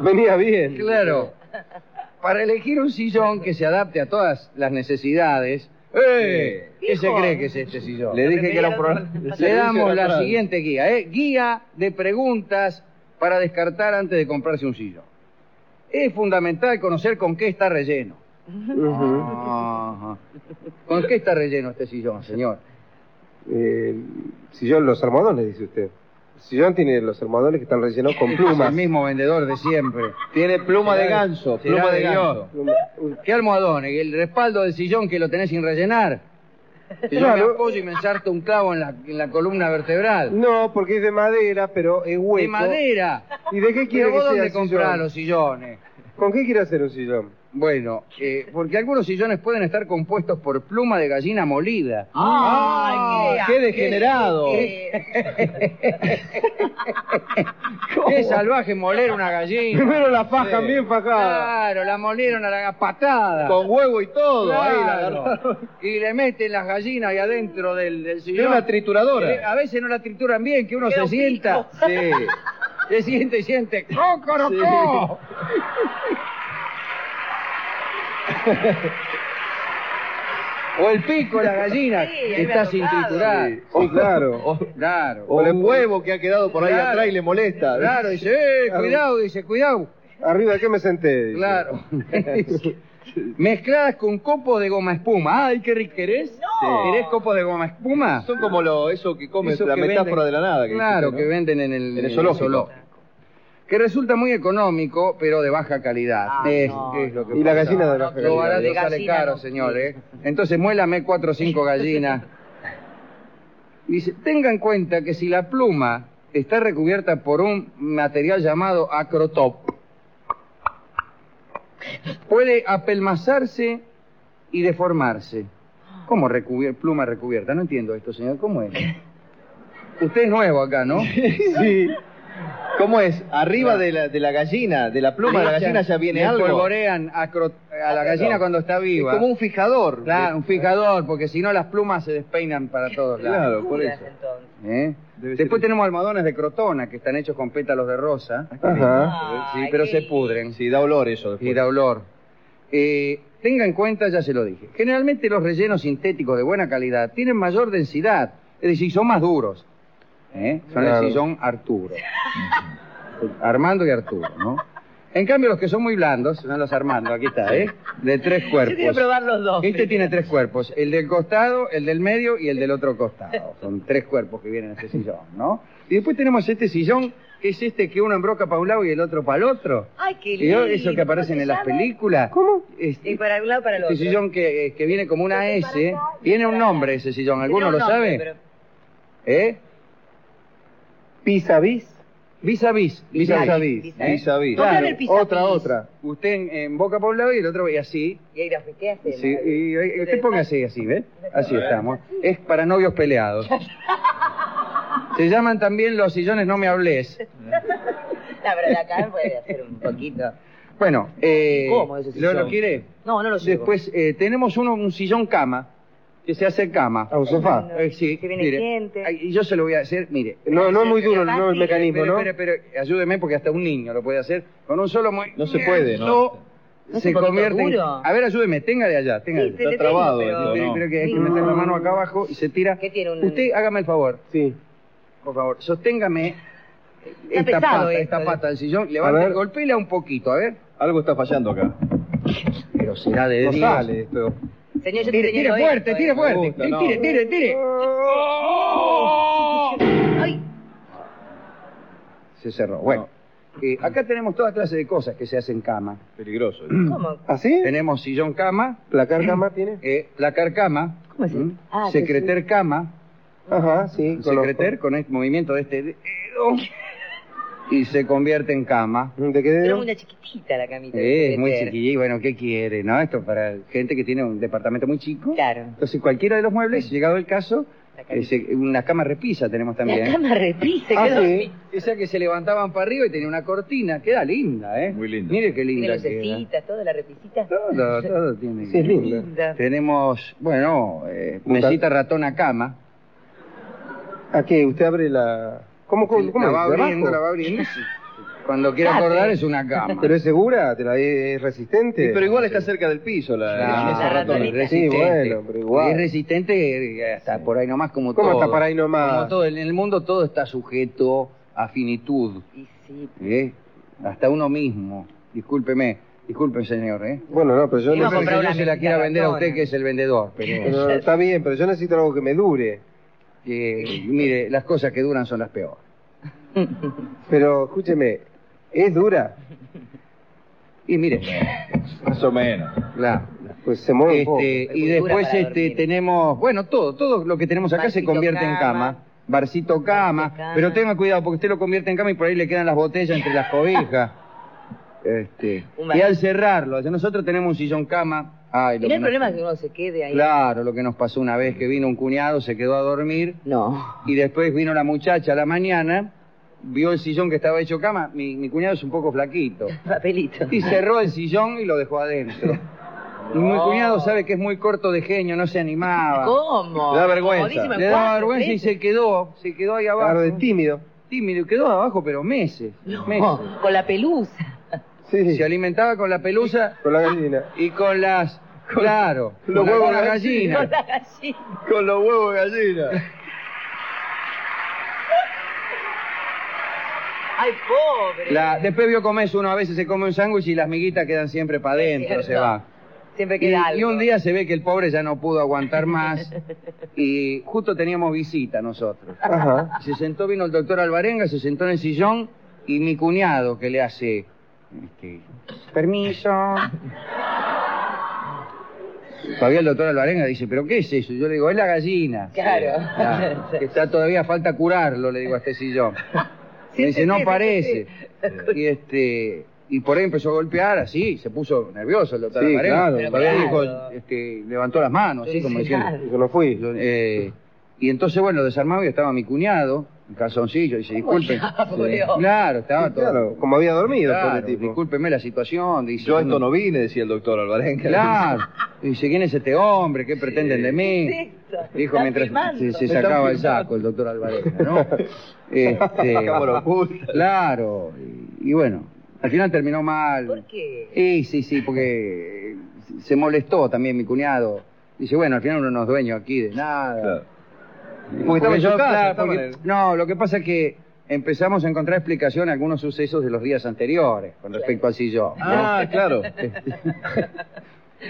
Speaker 2: Venía bien.
Speaker 7: Claro. Para elegir un sillón que se adapte a todas las necesidades. ¡Eh! ¿Qué se
Speaker 8: Hijo.
Speaker 7: cree que es este sillón?
Speaker 3: Le dije que era un programa.
Speaker 7: Le damos la
Speaker 3: Atrás.
Speaker 7: siguiente guía, ¿eh? Guía de preguntas para descartar antes de comprarse un sillón. Es fundamental conocer con qué está relleno.
Speaker 2: Ujú.
Speaker 7: Ajá. ¿Con qué está relleno este sillón, señor?
Speaker 2: Eh, sillón, los almohadones, dice usted. Sillón tiene los almohadones que están rellenados con
Speaker 7: Pluma.
Speaker 2: plumas.
Speaker 7: El mismo vendedor de siempre.
Speaker 3: Tiene pluma de ganso,
Speaker 7: Será
Speaker 3: pluma de
Speaker 7: de
Speaker 3: ganso.
Speaker 2: Pluma- un-
Speaker 7: ¿Qué almohadones? ¿Y el respaldo del sillón que lo tenés sin rellenar? Que yo
Speaker 2: Claro.
Speaker 7: me apoyo y me ensarto un clavo en la, en la columna vertebral.
Speaker 2: No, porque es de madera, pero es hueco.
Speaker 7: ¡De madera!
Speaker 2: ¿Y de qué quiere
Speaker 7: ¿Pero
Speaker 2: que
Speaker 7: vos
Speaker 2: sea
Speaker 7: dónde
Speaker 2: el sillón?
Speaker 7: comprás los sillones?
Speaker 2: ¿Con qué quiere hacer un sillón?
Speaker 7: Bueno, eh, porque algunos sillones pueden estar compuestos por pluma de gallina molida. Ah,
Speaker 8: ¡Ay,
Speaker 3: Ah, ¡Qué degenerado! Oh.
Speaker 7: ¡Qué salvaje moler una gallina!
Speaker 2: Primero la faja
Speaker 3: Sí.
Speaker 2: bien fajada.
Speaker 7: Claro, la molieron a la patada.
Speaker 3: Con huevo y todo. Ahí la
Speaker 7: Claro.
Speaker 3: agarraron.
Speaker 7: Y le meten las gallinas ahí adentro del, del
Speaker 3: Tiene
Speaker 7: sillón.
Speaker 3: una
Speaker 7: Eh, A
Speaker 3: trituradora.
Speaker 7: veces no la trituran bien, que uno
Speaker 8: Queda
Speaker 7: se
Speaker 8: un
Speaker 7: sienta.
Speaker 3: Sí.
Speaker 7: Se siente y siente. ¡Cocorocó! o el pico de la gallina
Speaker 8: Sí,
Speaker 7: que
Speaker 8: ahí me
Speaker 7: está
Speaker 8: ha
Speaker 7: sin
Speaker 8: tocado.
Speaker 7: triturar.
Speaker 2: Sí, claro.
Speaker 7: Claro.
Speaker 3: O el huevo que ha quedado por ahí
Speaker 7: Claro.
Speaker 3: atrás y le molesta.
Speaker 7: Claro, dice, eh,
Speaker 2: Claro.
Speaker 7: cuidado, dice, cuidado.
Speaker 2: Arriba, ¿qué me senté? dice.
Speaker 7: Claro. Mezcladas con copos de goma espuma. Ay, qué rico querés.
Speaker 8: No.
Speaker 7: ¿Querés copos de goma espuma?
Speaker 3: Son como lo, eso que comes,
Speaker 7: Eso
Speaker 3: la
Speaker 7: que
Speaker 3: metáfora
Speaker 7: venden-
Speaker 3: de la nada. que
Speaker 7: Claro,
Speaker 3: dijiste,
Speaker 7: que
Speaker 3: ¿no?
Speaker 7: venden en el,
Speaker 3: En el zoológico.
Speaker 7: Que resulta muy económico, pero de baja calidad.
Speaker 8: Ah,
Speaker 7: es,
Speaker 8: no,
Speaker 7: es lo que
Speaker 2: Y la
Speaker 7: pasa.
Speaker 2: gallina de la
Speaker 7: Lo
Speaker 2: gallina.
Speaker 7: barato
Speaker 8: De
Speaker 7: sale
Speaker 8: gallina
Speaker 7: caro,
Speaker 8: no.
Speaker 7: señor, ¿eh? Entonces muélame cuatro o cinco gallinas. Dice, tenga en cuenta que si la pluma está recubierta por un material llamado acrotop, puede apelmazarse y deformarse. ¿Cómo recubier- pluma recubierta? No entiendo esto, señor. ¿Cómo es? Usted es nuevo acá, ¿no?
Speaker 3: Sí. ¿Cómo es? Arriba de la, de la gallina, de la pluma de la
Speaker 7: Le echan-
Speaker 3: gallina ya viene
Speaker 7: le
Speaker 3: algo.
Speaker 7: polvorean acro- a la gallina
Speaker 3: No.
Speaker 7: cuando está
Speaker 3: Es
Speaker 7: viva.
Speaker 3: como un fijador.
Speaker 7: Claro, un fijador, porque si no las plumas se despeinan para todos lados.
Speaker 3: Claro, por eso.
Speaker 8: Entonces.
Speaker 7: ¿eh?
Speaker 3: Debe
Speaker 7: Después
Speaker 3: ser-
Speaker 7: tenemos almohadones de crotona que están hechos con pétalos de rosa,
Speaker 2: Ajá.
Speaker 7: sí,
Speaker 8: Ay,
Speaker 7: pero
Speaker 8: qué
Speaker 7: se
Speaker 8: lindo.
Speaker 7: pudren
Speaker 3: Sí, da olor eso después.
Speaker 7: y da olor. Eh, tenga en cuenta, ya se lo dije, generalmente los rellenos sintéticos de buena calidad tienen mayor densidad, es decir, son más duros. ¿eh? Son
Speaker 2: Claro.
Speaker 7: el sillón Arturo. Armando y Arturo, ¿no? En cambio, los que son muy blandos, son los Armando, aquí está, ¿eh? De tres
Speaker 8: Yo quiero
Speaker 7: cuerpos.
Speaker 8: probar los dos.
Speaker 7: Este tiene tres cuerpos, el del costado, el del medio y el del otro costado. Son tres cuerpos que vienen en este sillón, ¿no? Y después tenemos este sillón que es este que uno embroca para un lado y el otro para el otro.
Speaker 8: Ay, qué
Speaker 7: Y
Speaker 8: lindo.
Speaker 7: yo- eso que aparecen en las
Speaker 8: ¿Cómo se
Speaker 7: películas. ¿Cómo?
Speaker 8: llama? Y para un lado para el otro.
Speaker 7: Este sillón que, eh, que viene como una
Speaker 8: Este para
Speaker 7: S,
Speaker 8: acá y
Speaker 7: tiene
Speaker 8: para
Speaker 7: un
Speaker 8: acá.
Speaker 7: nombre ese sillón,
Speaker 8: Tiene
Speaker 7: ¿alguno
Speaker 8: un
Speaker 7: lo
Speaker 8: nombre,
Speaker 7: sabe?
Speaker 8: pero-
Speaker 7: ¿Eh?
Speaker 9: Vis a vis.
Speaker 7: Vis a vis.
Speaker 9: Vis a vis.
Speaker 8: Vis a
Speaker 3: Vis a vis.
Speaker 8: Tocar
Speaker 9: Claro,
Speaker 8: el vis a
Speaker 9: otra,
Speaker 8: vis.
Speaker 9: otra.
Speaker 7: Usted en- emboca para un lado y el otro y así.
Speaker 8: Y ahí los ¿qué hacemos?
Speaker 7: Sí, y, y- y usted póngase así, ¿ve? Así estamos. Es para novios peleados. Se llaman también los sillones no me hables.
Speaker 8: La verdad, acá puede hacer un poquito.
Speaker 7: Bueno, eh,
Speaker 8: ¿Cómo es ese
Speaker 7: ¿lo,
Speaker 8: sillón?
Speaker 7: lo quiere?
Speaker 8: No, no lo sé.
Speaker 7: Después eh, tenemos uno, un sillón cama, que se hace cama.
Speaker 9: A un sofá.
Speaker 8: Lindo.
Speaker 7: Eh, sí,
Speaker 8: Que viene
Speaker 7: mire.
Speaker 8: gente.
Speaker 7: Ay, y yo se lo voy a hacer, mire.
Speaker 9: No, no es muy duro no, el mecanismo,
Speaker 7: Pero,
Speaker 9: ¿no?
Speaker 7: pero, pero, ayúdeme porque hasta un niño lo puede hacer con un solo muy...
Speaker 3: No se puede, ¿no?
Speaker 8: ¿No es
Speaker 7: se
Speaker 8: un poquito
Speaker 7: convierte. en-
Speaker 8: duro?
Speaker 7: A ver, ayúdeme, tenga de allá, tenga de
Speaker 8: Sí,
Speaker 7: allá.
Speaker 8: se le
Speaker 3: trabado
Speaker 8: tengo,
Speaker 3: esto,
Speaker 7: Pero
Speaker 3: no.
Speaker 7: creo este, que hay que meter
Speaker 8: Mm.
Speaker 7: la mano acá abajo y se tira.
Speaker 8: ¿Qué tiene un-
Speaker 7: Usted hágame el favor,
Speaker 9: Sí.
Speaker 7: por favor, sosténgame esta
Speaker 8: pesado
Speaker 7: pata,
Speaker 8: esto,
Speaker 7: esta
Speaker 8: ¿eh?
Speaker 7: pata del sillón, levante,
Speaker 9: ver.
Speaker 7: golpéela un poquito, a ver.
Speaker 3: Algo está fallando acá.
Speaker 7: Pero será de
Speaker 9: No
Speaker 7: diez.
Speaker 9: sale esto.
Speaker 8: Señor, yo te
Speaker 7: Tire,
Speaker 8: señalo
Speaker 7: tire
Speaker 8: esto,
Speaker 7: fuerte,
Speaker 8: ¿eh?
Speaker 7: tire fuerte.
Speaker 3: Me gusta, no.
Speaker 7: Tire, tire, tire.
Speaker 8: Ay,
Speaker 7: Se cerró. Bueno, eh, acá tenemos toda clase de cosas que se hacen cama.
Speaker 3: Peligroso.
Speaker 8: ¿cómo?
Speaker 9: ¿Así?
Speaker 7: Tenemos sillón cama,
Speaker 9: ¿Ah, ¿La carga más tiene?
Speaker 7: eh, placar cama,
Speaker 8: ¿Cómo es?
Speaker 7: ¿m?
Speaker 8: Ah, que
Speaker 7: secreter cama,
Speaker 9: Ajá, sí. conozco.
Speaker 7: secreter con el movimiento de este dedo y se convierte en cama.
Speaker 9: ¿De qué
Speaker 8: Pero
Speaker 9: dedo?
Speaker 8: muy chiquitita la camita.
Speaker 7: Eh, es muy
Speaker 8: Peter.
Speaker 7: chiquilla y bueno, ¿qué quiere? ¿No? Esto para gente que tiene un departamento muy chico.
Speaker 8: Claro.
Speaker 7: Entonces cualquiera de los muebles, llegado el caso,
Speaker 8: La cama.
Speaker 7: eh, se- una cama repisa tenemos
Speaker 8: La
Speaker 7: también. ¿eh?
Speaker 8: cama repise,
Speaker 9: Ah,
Speaker 8: quedó
Speaker 9: sí.
Speaker 8: así.
Speaker 7: Esa que se levantaban para arriba y tenía una cortina, queda linda, ¿eh?
Speaker 3: Muy linda.
Speaker 7: Mire qué
Speaker 8: Tiene
Speaker 7: linda queda.
Speaker 8: lucecitas, toda la repisita.
Speaker 7: Todo, todo tiene.
Speaker 9: Sí, es lindo.
Speaker 8: Linda.
Speaker 7: Tenemos, bueno, eh, mesita ratón a cama.
Speaker 9: ¿A qué? ¿Usted abre la...? ¿Cómo, cómo, cómo
Speaker 7: la
Speaker 9: es?
Speaker 7: va
Speaker 9: ¿De
Speaker 7: abriendo,
Speaker 9: abajo?
Speaker 7: la va abriendo. sí. Cuando quiera
Speaker 8: Date.
Speaker 7: acordar es una cama.
Speaker 9: ¿Pero es segura? ¿Te la, ¿Es resistente?
Speaker 3: Sí, pero igual está cerca del piso la,
Speaker 7: Ah,
Speaker 3: esa ratona.
Speaker 8: ratón.
Speaker 9: Sí,
Speaker 7: resistente.
Speaker 9: bueno, pero igual.
Speaker 7: Es resistente eh, hasta por ahí nomás como
Speaker 9: ¿Cómo
Speaker 7: todo.
Speaker 9: está para ahí nomás?
Speaker 7: Como todo, en el mundo todo está sujeto a finitud,
Speaker 8: Y sí.
Speaker 7: ¿eh? Hasta uno mismo. Discúlpeme, disculpe señor, ¿eh?
Speaker 9: Bueno, no, pero yo no...
Speaker 7: No
Speaker 8: Iba a
Speaker 7: sé
Speaker 8: comprar
Speaker 7: si yo
Speaker 8: una
Speaker 7: se la
Speaker 8: mesita
Speaker 7: quiera vender a
Speaker 8: ratona.
Speaker 7: usted que es el vendedor, pero...
Speaker 9: pero está bien, pero yo necesito algo que me dure.
Speaker 7: eh, mire, las cosas que duran son las peores.
Speaker 9: Pero, escúcheme, ¿es dura?
Speaker 7: Y mire,
Speaker 3: Más o menos.
Speaker 7: claro.
Speaker 9: Pues se mueve un poco.
Speaker 7: Este,
Speaker 8: poco.
Speaker 7: y
Speaker 8: Muy dura
Speaker 7: después
Speaker 8: para
Speaker 7: este,
Speaker 8: dormir.
Speaker 7: tenemos, bueno, todo, todo lo que tenemos acá se
Speaker 8: Barcito
Speaker 7: convierte en
Speaker 8: cama.
Speaker 7: cama, barcito cama,
Speaker 8: Barcito cama.
Speaker 7: pero tenga cuidado porque usted lo convierte en cama y por ahí le quedan las botellas entre las cobijas. Este,
Speaker 8: Un
Speaker 7: y
Speaker 8: barcito.
Speaker 7: al cerrarlo, nosotros tenemos un sillón cama. Ay,
Speaker 8: Y
Speaker 7: lo
Speaker 8: no
Speaker 7: que
Speaker 8: hay
Speaker 7: nos-
Speaker 8: problema que uno se quede ahí.
Speaker 7: Claro, lo que nos pasó una vez que vino un cuñado, se quedó a dormir
Speaker 8: No.
Speaker 7: y después vino la muchacha a la mañana, vio el sillón que estaba hecho cama, mi, mi cuñado es un poco flaquito.
Speaker 8: Papelito.
Speaker 7: Y cerró el sillón y lo dejó adentro. Y mi cuñado sabe que es muy corto de genio, no se animaba.
Speaker 8: ¿Cómo?
Speaker 7: Le da vergüenza.
Speaker 8: Comodísimo en
Speaker 7: Le daba
Speaker 8: cuatro,
Speaker 7: vergüenza y
Speaker 8: tres.
Speaker 7: se quedó, se quedó ahí abajo.
Speaker 9: Claro, de tímido.
Speaker 7: Tímido, quedó abajo, pero meses. meses.
Speaker 8: No, con la pelusa.
Speaker 9: Sí,
Speaker 7: Se alimentaba con la pelusa
Speaker 9: con la gallina.
Speaker 7: y con las. Claro,
Speaker 3: los
Speaker 7: con
Speaker 3: huevos
Speaker 7: las
Speaker 3: de
Speaker 7: gallinas.
Speaker 8: La gallina.
Speaker 3: Con los huevos de gallina.
Speaker 8: Ay, pobre.
Speaker 7: La- después vio comerse uno, a veces se come un sándwich y las miguitas quedan siempre para adentro,
Speaker 8: Es
Speaker 7: se
Speaker 8: cierto.
Speaker 7: va.
Speaker 8: Siempre
Speaker 7: Y,
Speaker 8: queda algo.
Speaker 7: y un día se ve que el pobre ya no pudo aguantar más y justo teníamos visita nosotros.
Speaker 9: Ajá.
Speaker 7: Se sentó, vino el doctor Alvarenga, se sentó en el sillón y mi cuñado que le hace... este, Permiso. Todavía el doctor Alvarenga dice, ¿pero qué es eso? Yo le digo, es la gallina.
Speaker 8: Claro.
Speaker 7: Ah, que está todavía falta curarlo, le digo a este sillón.
Speaker 8: Sí,
Speaker 7: Me dice,
Speaker 8: sí,
Speaker 7: no
Speaker 8: sí,
Speaker 7: parece.
Speaker 8: sí,
Speaker 7: Y este... Y por ahí empezó a golpear, así, se puso nervioso el doctor
Speaker 9: Sí,
Speaker 7: Alvarenga.
Speaker 9: claro.
Speaker 8: Pero
Speaker 7: Todavía
Speaker 8: claro.
Speaker 7: dijo, este, levantó las manos, así como
Speaker 8: Sí,
Speaker 7: diciendo,
Speaker 8: claro.
Speaker 9: Yo no fui.
Speaker 7: yo, eh, y entonces, bueno, lo desarmado y estaba mi cuñado, en calzoncillo, dice,
Speaker 8: ¿Cómo
Speaker 7: disculpen.
Speaker 8: ya, boludo?
Speaker 7: Claro,
Speaker 3: Ah,
Speaker 7: estaba
Speaker 9: Sí,
Speaker 7: todo.
Speaker 9: claro, como había dormido,
Speaker 7: Claro,
Speaker 9: pobre tipo.
Speaker 7: discúlpeme la situación, dice.
Speaker 3: Yo a esto no vine, decía el doctor Alvarenga.
Speaker 7: Claro. Dice, ¿quién es este hombre? ¿Qué pretenden de mí?
Speaker 8: ¿Qué es esto?
Speaker 7: Dijo
Speaker 8: Está
Speaker 7: mientras
Speaker 8: filmando.
Speaker 7: se, se
Speaker 8: Me están
Speaker 7: sacaba el
Speaker 8: filmando.
Speaker 7: saco el doctor Alvarez, ¿no? Este,
Speaker 3: Cámara oculta.
Speaker 7: claro. Y, y bueno, al final terminó mal.
Speaker 8: ¿Por qué?
Speaker 7: Sí, sí, sí, porque eh, se molestó también mi cuñado. Dice, bueno, al final uno no es dueño aquí de nada. Eh,
Speaker 3: Claro.
Speaker 7: Porque
Speaker 9: estaba en
Speaker 7: yo,
Speaker 9: su casa,
Speaker 7: claro,
Speaker 9: estaba
Speaker 7: porque-
Speaker 9: en el-
Speaker 7: No, lo que pasa es que empezamos a encontrar explicación a algunos sucesos de los días anteriores con respecto al sillón. ¿no?
Speaker 3: Ah, claro.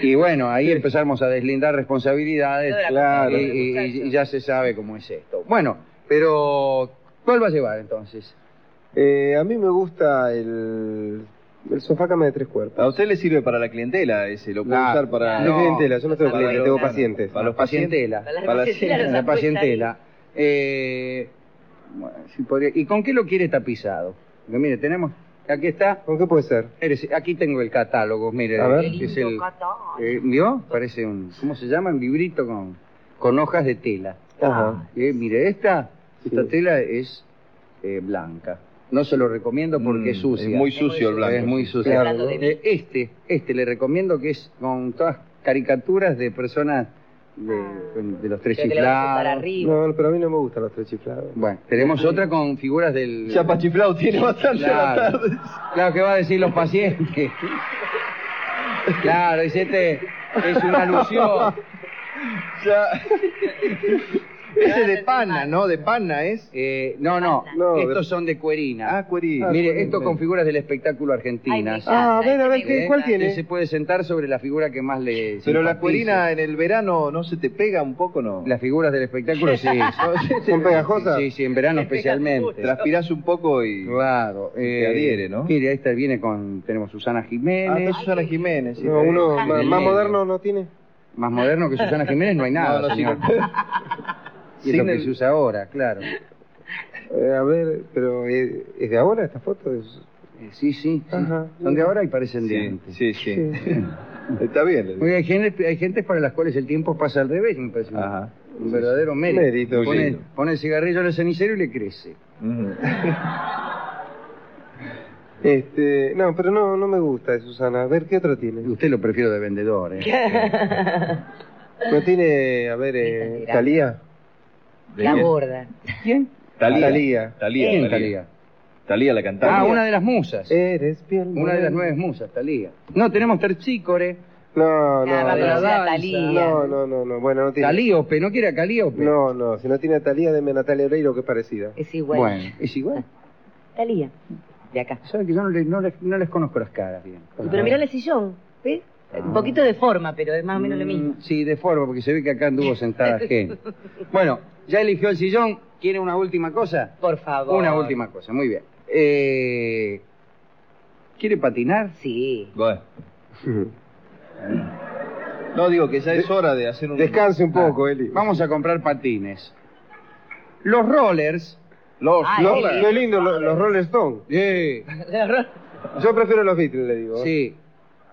Speaker 7: Y bueno, ahí empezamos a deslindar responsabilidades
Speaker 8: Toda la
Speaker 7: y,
Speaker 9: Claro.
Speaker 7: y- y ya se sabe cómo es esto. Bueno, pero ¿cuál va a llevar entonces?
Speaker 9: Eh, a mí me gusta el, el sofá cama de tres cuerpos.
Speaker 3: A usted le sirve para la clientela ese, lo puede
Speaker 9: Nah,
Speaker 3: usar para...
Speaker 9: No es
Speaker 7: No,
Speaker 9: clientela, yo no tengo
Speaker 7: para
Speaker 9: clientes,
Speaker 7: los-
Speaker 9: tengo
Speaker 7: claro,
Speaker 9: pacientes.
Speaker 3: para los
Speaker 7: pacientela.
Speaker 8: Para las
Speaker 3: Para
Speaker 8: pacientelas
Speaker 7: Para
Speaker 8: los
Speaker 7: la
Speaker 8: apuesta
Speaker 7: pacientela. Eh, bueno, si podría- ¿Y con qué lo quiere tapizado? Porque, mire, tenemos. Aquí está.
Speaker 9: ¿Con qué puede ser?
Speaker 7: Eres- Aquí tengo el catálogo, mire.
Speaker 9: A ver.
Speaker 8: ahí. Qué
Speaker 7: Es
Speaker 8: lindo
Speaker 7: el,
Speaker 8: catón.
Speaker 7: eh, ¿Vio? Parece un. ¿Cómo se llama? Un librito con, con hojas de tela.
Speaker 9: Ajá.
Speaker 7: Eh, mire, esta, esta
Speaker 9: Sí.
Speaker 7: tela es eh, blanca. No se lo recomiendo porque
Speaker 3: Mm,
Speaker 7: es sucia.
Speaker 3: muy sucio el blanco.
Speaker 7: Es muy sucio.
Speaker 9: Claro, Hablando
Speaker 8: de ¿no? mí.
Speaker 7: Eh, este, este le recomiendo que es con todas caricaturas de personas de,
Speaker 8: Ah.
Speaker 7: de los tres
Speaker 8: Creo que le va a apuntar
Speaker 7: chiflados.
Speaker 8: arriba.
Speaker 9: No, no, pero a mí no me gustan los tres chiflados.
Speaker 7: Bueno, tenemos otra con figuras del...
Speaker 3: Ya pachiflado tiene bastante a la
Speaker 7: Claro.
Speaker 3: tarde.
Speaker 7: Claro, ¿qué va a decir los pacientes? Claro, dice este es una alusión.
Speaker 3: Ya.
Speaker 7: Ese de pana, ¿no? De pana es. Eh, no, no,
Speaker 9: No, de-
Speaker 7: estos son de cuerina.
Speaker 3: Ah, Cuerí.
Speaker 9: Ah,
Speaker 7: Mire,
Speaker 9: cuerina.
Speaker 7: esto con figuras del espectáculo argentinas.
Speaker 8: Ay, me
Speaker 9: Ah, a ver, a ver,
Speaker 8: Ay,
Speaker 9: ¿qué-
Speaker 7: Eh,
Speaker 9: ¿cuál
Speaker 7: usted
Speaker 9: tiene?
Speaker 7: se puede sentar sobre la figura que más le.
Speaker 3: Pero la
Speaker 7: simpatice.
Speaker 3: cuerina en el verano no se te pega un poco, ¿no?
Speaker 7: Las figuras del espectáculo, sí.
Speaker 9: ¿Son pegajosas?
Speaker 7: Sí, sí, en verano especialmente.
Speaker 3: Transpirás un poco y...
Speaker 7: Claro.
Speaker 3: Te adhiere, ¿no?
Speaker 7: Mire, ahí está, viene con, tenemos Susana
Speaker 3: Ah, está
Speaker 7: Jiménez.
Speaker 3: Susana Jiménez. sí,
Speaker 9: No,
Speaker 3: está
Speaker 9: uno
Speaker 3: bien.
Speaker 9: ma- más,
Speaker 7: medio.
Speaker 9: moderno no tiene.
Speaker 7: Más moderno que Susana Jiménez no hay nada,
Speaker 3: No, no,
Speaker 7: señor.
Speaker 3: sí.
Speaker 7: Y es lo
Speaker 3: Sin
Speaker 7: que
Speaker 3: el-
Speaker 7: se usa ahora, claro.
Speaker 9: Eh, a ver, pero eh, ¿es de ahora esta foto? Es-
Speaker 7: Eh, Sí, sí. sí.
Speaker 9: Ajá.
Speaker 7: Son de ahora y parecen de antes.
Speaker 3: Sí, sí, sí. Está bien. le digo.
Speaker 7: Oiga, hay gente, hay gente para las cuales el tiempo pasa al revés, me parece. un-
Speaker 3: Ajá.
Speaker 7: Un verdadero mérito.
Speaker 9: Mérito,
Speaker 7: pone,
Speaker 3: lindo.
Speaker 7: pone el cigarrillo en el cenicero y le crece.
Speaker 3: Ujú.
Speaker 9: Este, no, pero no, no me gusta de Susana. A ver, ¿qué otro tiene?
Speaker 7: Usted lo prefiero de vendedor, ¿eh?
Speaker 9: ¿No tiene, a ver, eh, Talía?
Speaker 8: La borda.
Speaker 7: ¿Quién?
Speaker 3: Talía.
Speaker 9: Talía.
Speaker 3: Talía.
Speaker 7: ¿Quién,
Speaker 3: Talía.
Speaker 7: Talía?
Speaker 3: Talía, la cantante.
Speaker 7: Ah, una de las musas.
Speaker 9: Eres piel.
Speaker 7: Una de las nueve
Speaker 9: morena.
Speaker 7: musas, Talía. No, tenemos Terchícore,
Speaker 9: No, no.
Speaker 8: Ah, va,
Speaker 9: no.
Speaker 8: pero
Speaker 7: la
Speaker 8: sea
Speaker 7: danza.
Speaker 8: Talía.
Speaker 9: No, no, no, no. Bueno, no tiene.
Speaker 7: Calíope, ¿no quiere a Calíope?
Speaker 9: No, no. Si no tiene a Talía, deme a Natalia Oreiro, que es parecida.
Speaker 8: Es igual.
Speaker 7: Bueno, es igual.
Speaker 8: Talía. De acá.
Speaker 7: Saben que yo no, le- no les, no les conozco las caras bien.
Speaker 8: Y Pero mirá el sillón, ¿ves? Un poquito de forma, pero es más o menos lo mismo.
Speaker 7: Ah. Mm, Sí, de forma, porque se ve que acá anduvo sentada gente. Bueno, ya eligió el sillón. ¿Quiere una última cosa?
Speaker 8: Por favor.
Speaker 7: Una última cosa, muy bien. Eh, ¿Quiere patinar?
Speaker 8: Sí.
Speaker 3: Bueno. No, digo que ya es hora de hacer un...
Speaker 9: Descanse un poco, Eli.
Speaker 7: Ah. Vamos a comprar patines. Los rollers. Los
Speaker 8: Ay,
Speaker 9: No,
Speaker 8: qué
Speaker 9: no es lindo, lo- los Rolling Stones.
Speaker 7: Sí,
Speaker 9: Yo prefiero los Beatles, le digo.
Speaker 7: sí.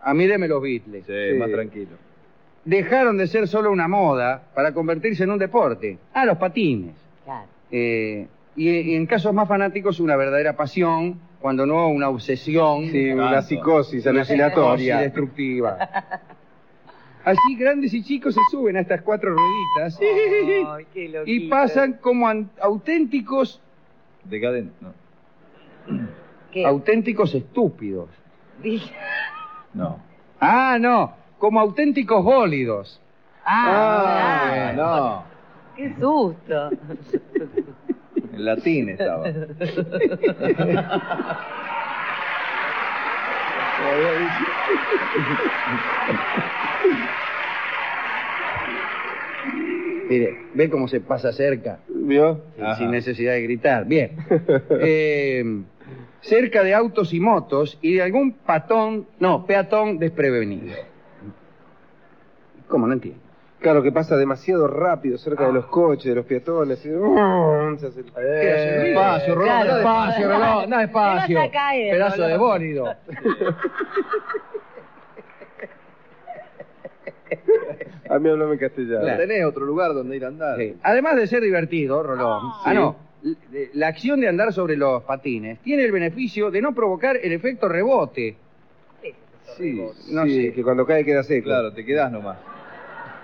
Speaker 7: A mí deme los Beatles.
Speaker 3: Sí, más tranquilo.
Speaker 7: Dejaron de ser solo una moda para convertirse en un deporte. Ah, los patines.
Speaker 8: Claro.
Speaker 7: Eh, y, y en casos más fanáticos, una verdadera pasión, cuando no una obsesión.
Speaker 9: Sí, una
Speaker 3: Tanto.
Speaker 9: psicosis
Speaker 7: Psicosis
Speaker 9: alucinatoria.
Speaker 7: destructiva. Así grandes y chicos se suben a estas cuatro rueditas
Speaker 8: Ay, qué
Speaker 7: y
Speaker 8: loquito.
Speaker 7: pasan como an- auténticos,
Speaker 3: Decadente, no.
Speaker 8: ¿Qué?
Speaker 7: auténticos estúpidos.
Speaker 8: Dije-
Speaker 3: No.
Speaker 7: Ah, no, como auténticos bólidos.
Speaker 8: Ah,
Speaker 3: Ah, no.
Speaker 8: claro. qué susto.
Speaker 3: En latín estaba.
Speaker 7: Mire, ve cómo se pasa cerca.
Speaker 9: ¿Vio?
Speaker 7: Sí,
Speaker 3: Ajá.
Speaker 7: sin necesidad de gritar. Bien. Eh, cerca de autos y motos y de algún patón, no, peatón desprevenido. ¿Cómo? No entiendo.
Speaker 9: Claro que pasa demasiado rápido cerca de los coches, de los peatones. y- uh, se hace el-
Speaker 7: Ah. Eh, espacio, Rolón,
Speaker 8: claro.
Speaker 7: no despacio, Rolón, no
Speaker 8: Te
Speaker 7: despacio.
Speaker 8: vas a caer,
Speaker 7: pedazo
Speaker 8: Rolón.
Speaker 7: de bólido.
Speaker 9: A mí hablame en castellano.
Speaker 3: No tenés otro lugar donde ir a andar.
Speaker 7: Sí. Además de ser divertido, Rolón. Ah, no. l- de- La acción de andar sobre los patines tiene el beneficio de no provocar el efecto rebote.
Speaker 3: Sí,
Speaker 7: No
Speaker 9: sí,
Speaker 7: sé.
Speaker 9: que cuando cae queda seco.
Speaker 3: Claro, te quedás nomás.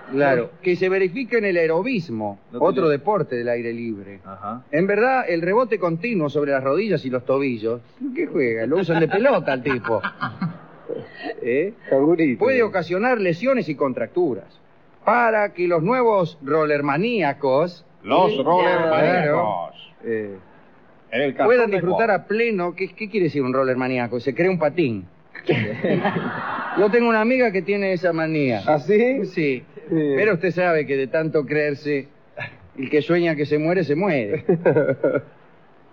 Speaker 7: Claro. Que se verifica en el aerobismo,
Speaker 3: No te
Speaker 7: otro
Speaker 3: lo-
Speaker 7: deporte del aire libre.
Speaker 3: Ajá.
Speaker 7: En verdad, el rebote continuo sobre las rodillas y los tobillos. ¿Qué juega? Lo usan de pelota al tipo. ¿Eh?
Speaker 9: Cangurito.
Speaker 7: Puede ocasionar lesiones y contracturas. Para que los nuevos rollermaníacos
Speaker 8: Los
Speaker 9: Eh,
Speaker 7: puedan disfrutar a pleno. ¿Qué, qué quiere decir un roller maníaco? Se crea un patín. Yo tengo una amiga que tiene esa manía.
Speaker 9: ¿Ah, sí?
Speaker 7: Sí. Pero usted sabe que de tanto creerse, el que sueña que se muere, se muere.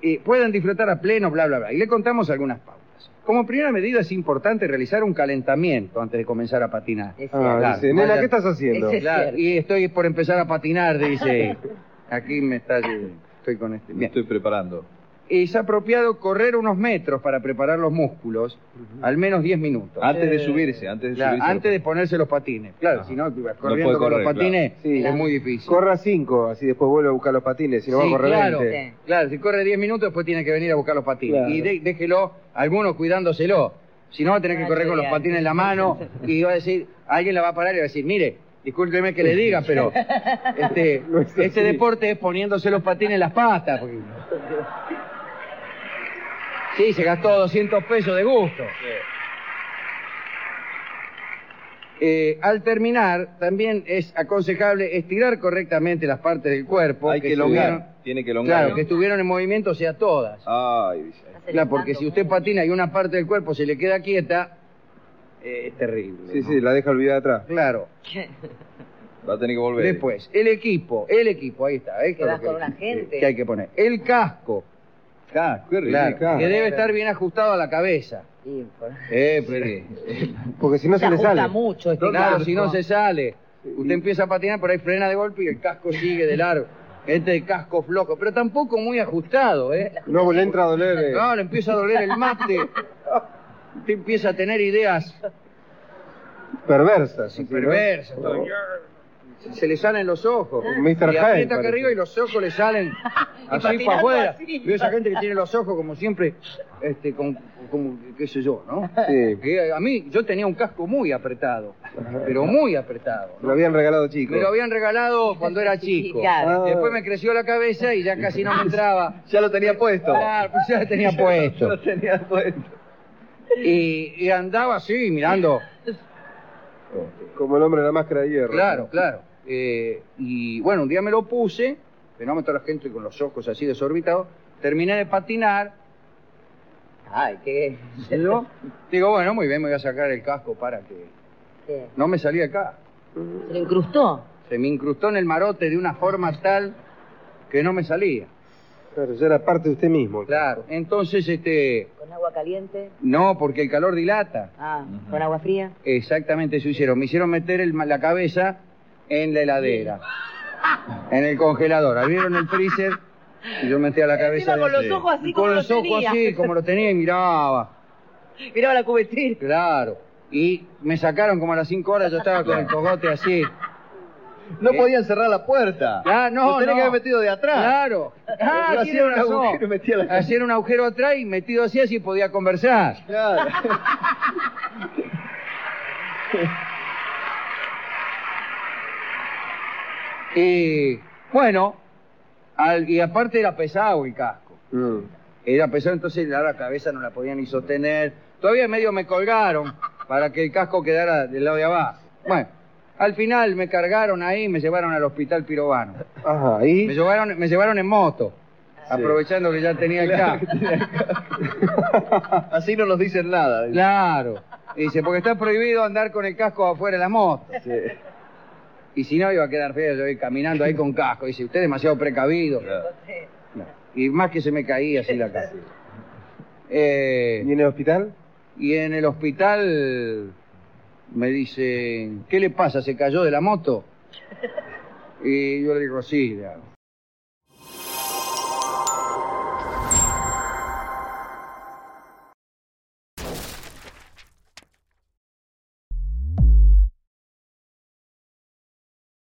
Speaker 7: eh, puedan disfrutar a pleno, bla, bla, bla. Y le contamos algunas pautas. Como primera medida es importante realizar un calentamiento antes de comenzar a patinar.
Speaker 8: Es
Speaker 9: Ah,
Speaker 7: Claro,
Speaker 9: dice, nena,
Speaker 7: vaya-
Speaker 9: ¿qué estás haciendo?
Speaker 8: Ese-
Speaker 7: Claro,
Speaker 8: cierto.
Speaker 7: y estoy por empezar a patinar, dice. Aquí me está... Estoy con este...
Speaker 3: Me
Speaker 7: Bien.
Speaker 3: estoy preparando.
Speaker 7: Es apropiado correr unos metros para preparar los músculos, al menos 10 minutos.
Speaker 3: Antes de subirse, antes de
Speaker 7: Claro,
Speaker 3: subirse.
Speaker 7: antes de ponerse los patines. Claro,
Speaker 3: Ajá.
Speaker 7: si no,
Speaker 3: puede
Speaker 7: corriendo con
Speaker 3: correr,
Speaker 7: los
Speaker 3: claro.
Speaker 7: patines
Speaker 9: Sí.
Speaker 7: es muy difícil.
Speaker 9: Corra cinco, así después vuelve a buscar los patines, si no va
Speaker 7: Sí,
Speaker 9: a correr
Speaker 7: claro,
Speaker 9: 20.
Speaker 8: Sí.
Speaker 7: claro, si corre 10 minutos después tiene que venir a buscar los patines.
Speaker 9: Claro.
Speaker 7: Y de- déjelo, algunos cuidándoselo. Si no, va a tener que
Speaker 8: Ah,
Speaker 7: correr con los
Speaker 8: genial.
Speaker 7: patines en la mano y va a decir, alguien la va a parar y va a decir, mire, discúlpeme que le diga, pero este,
Speaker 9: No es así.
Speaker 7: este deporte es poniéndose los patines en las patas. porque- Sí, se gastó 200 pesos de gusto. Eh, al terminar, también es aconsejable estirar correctamente las partes del cuerpo.
Speaker 3: Hay que
Speaker 7: estuvieron-
Speaker 3: elongar. Tiene que elongar.
Speaker 7: Claro, que estuvieron en movimiento, o sea, todas.
Speaker 3: Ay, Villa.
Speaker 7: Claro, porque si usted patina y una parte del cuerpo se le queda quieta, eh, es terrible.
Speaker 9: Sí,
Speaker 7: ¿no?
Speaker 9: sí, la deja olvidada atrás.
Speaker 7: Claro.
Speaker 3: Va a tener que volver.
Speaker 7: Después, el equipo, el equipo, ahí está. esto
Speaker 8: Que
Speaker 7: es
Speaker 8: vas
Speaker 7: lo
Speaker 8: con una gente.
Speaker 7: Que hay que poner. El casco,
Speaker 3: Ah, qué rico.
Speaker 7: claro,
Speaker 9: casco.
Speaker 7: que debe estar bien ajustado a la cabeza.
Speaker 8: Y, por-
Speaker 7: Eh, pero...
Speaker 9: Porque si no se,
Speaker 8: se
Speaker 9: le
Speaker 8: ajusta
Speaker 9: sale.
Speaker 8: mucho este
Speaker 7: Claro,
Speaker 8: casco.
Speaker 7: si no se sale. Usted empieza a patinar, por ahí frena de golpe y el casco sigue de largo. Este es casco flojo, pero tampoco muy ajustado, ¿eh?
Speaker 9: No, le entra a doler. eh.
Speaker 7: No, le empieza a doler el mate. Usted empieza a tener ideas
Speaker 9: Perversas. así, ¿no?
Speaker 7: perversas. todo. Se le salen los ojos.
Speaker 9: Mr. Hyde,
Speaker 7: Y aprieta acá
Speaker 9: parece.
Speaker 7: arriba y los ojos le salen así
Speaker 8: patinando
Speaker 7: para afuera.
Speaker 8: así.
Speaker 7: Veo esa gente que tiene los ojos como siempre, este, con, como, qué sé yo, ¿no?
Speaker 9: Sí.
Speaker 7: Que a mí, yo tenía un casco muy apretado, pero muy apretado.
Speaker 9: Lo habían regalado chicos.
Speaker 7: Me lo habían regalado cuando era chico.
Speaker 8: Claro.
Speaker 9: Ah.
Speaker 7: Después me creció la cabeza y ya casi no me entraba.
Speaker 3: Ya lo tenía puesto.
Speaker 7: Claro, pues ya lo tenía puesto.
Speaker 3: Lo tenía puesto.
Speaker 7: Y, y andaba así, mirando.
Speaker 9: Como el hombre de la máscara de hierro.
Speaker 7: Claro, claro. Eh, y bueno, un día me lo puse, fenómeno toda la gente con los ojos así desorbitados. Terminé de patinar,
Speaker 8: Ay, qué...
Speaker 7: y yo digo, bueno, muy bien, me voy a sacar el casco para que.
Speaker 8: ¿Qué?
Speaker 7: No me salía acá.
Speaker 8: ¿Se lo incrustó?
Speaker 7: Se me incrustó en el marote de una forma tal que no me salía.
Speaker 9: Claro, ya era parte de usted mismo.
Speaker 7: Claro. Entonces, este.
Speaker 8: ¿Con agua caliente?
Speaker 7: No, porque el calor dilata.
Speaker 8: Ah, ¿con agua fría?
Speaker 7: Exactamente eso hicieron. Me hicieron meter el- la cabeza en la heladera, en el congelador. Abrieron el freezer y yo metía la cabeza.
Speaker 8: Encima con
Speaker 7: dentro.
Speaker 8: los ojos así
Speaker 7: Y
Speaker 8: como
Speaker 7: con
Speaker 8: lo
Speaker 7: los ojos
Speaker 8: tenía.
Speaker 7: así, como lo tenía y miraba.
Speaker 8: Miraba la cubetina.
Speaker 7: Claro. Y me sacaron como a las 5 horas, yo estaba con el cogote así.
Speaker 3: No
Speaker 7: ¿Eh?
Speaker 3: podían cerrar la puerta.
Speaker 7: Ah, no,
Speaker 3: Lo tenía
Speaker 7: no.
Speaker 3: que haber metido de atrás.
Speaker 7: Claro. Ah,
Speaker 3: Yo
Speaker 7: tiene
Speaker 3: hacía un
Speaker 7: razón.
Speaker 3: agujero y metía la-
Speaker 7: Hacían un agujero atrás y metido así, así podía conversar.
Speaker 3: Claro.
Speaker 7: Y bueno, al- y aparte era pesado el casco.
Speaker 9: Mm.
Speaker 7: Era pesado, entonces la la cabeza no la podía ni sostener. Todavía medio me colgaron para que el casco quedara del lado de abajo. Bueno, al final me cargaron ahí y me llevaron al hospital pirobano.
Speaker 9: Ajá,
Speaker 7: Me
Speaker 9: y.
Speaker 7: llevaron, me llevaron en moto, aprovechando que ya tenía el casco.
Speaker 3: Así no nos dicen nada.
Speaker 7: Claro. Dice, porque está prohibido andar con el casco afuera de la moto. Y si no, iba a quedar feo yo ir caminando ahí con casco. Dice, usted es demasiado precavido. No. Y más que se me caía así la casa. Eh,
Speaker 9: ¿Y en el hospital?
Speaker 7: y en el hospital me dicen, ¿qué le pasa? ¿Se cayó de la moto? Y yo le digo, sí, le hago.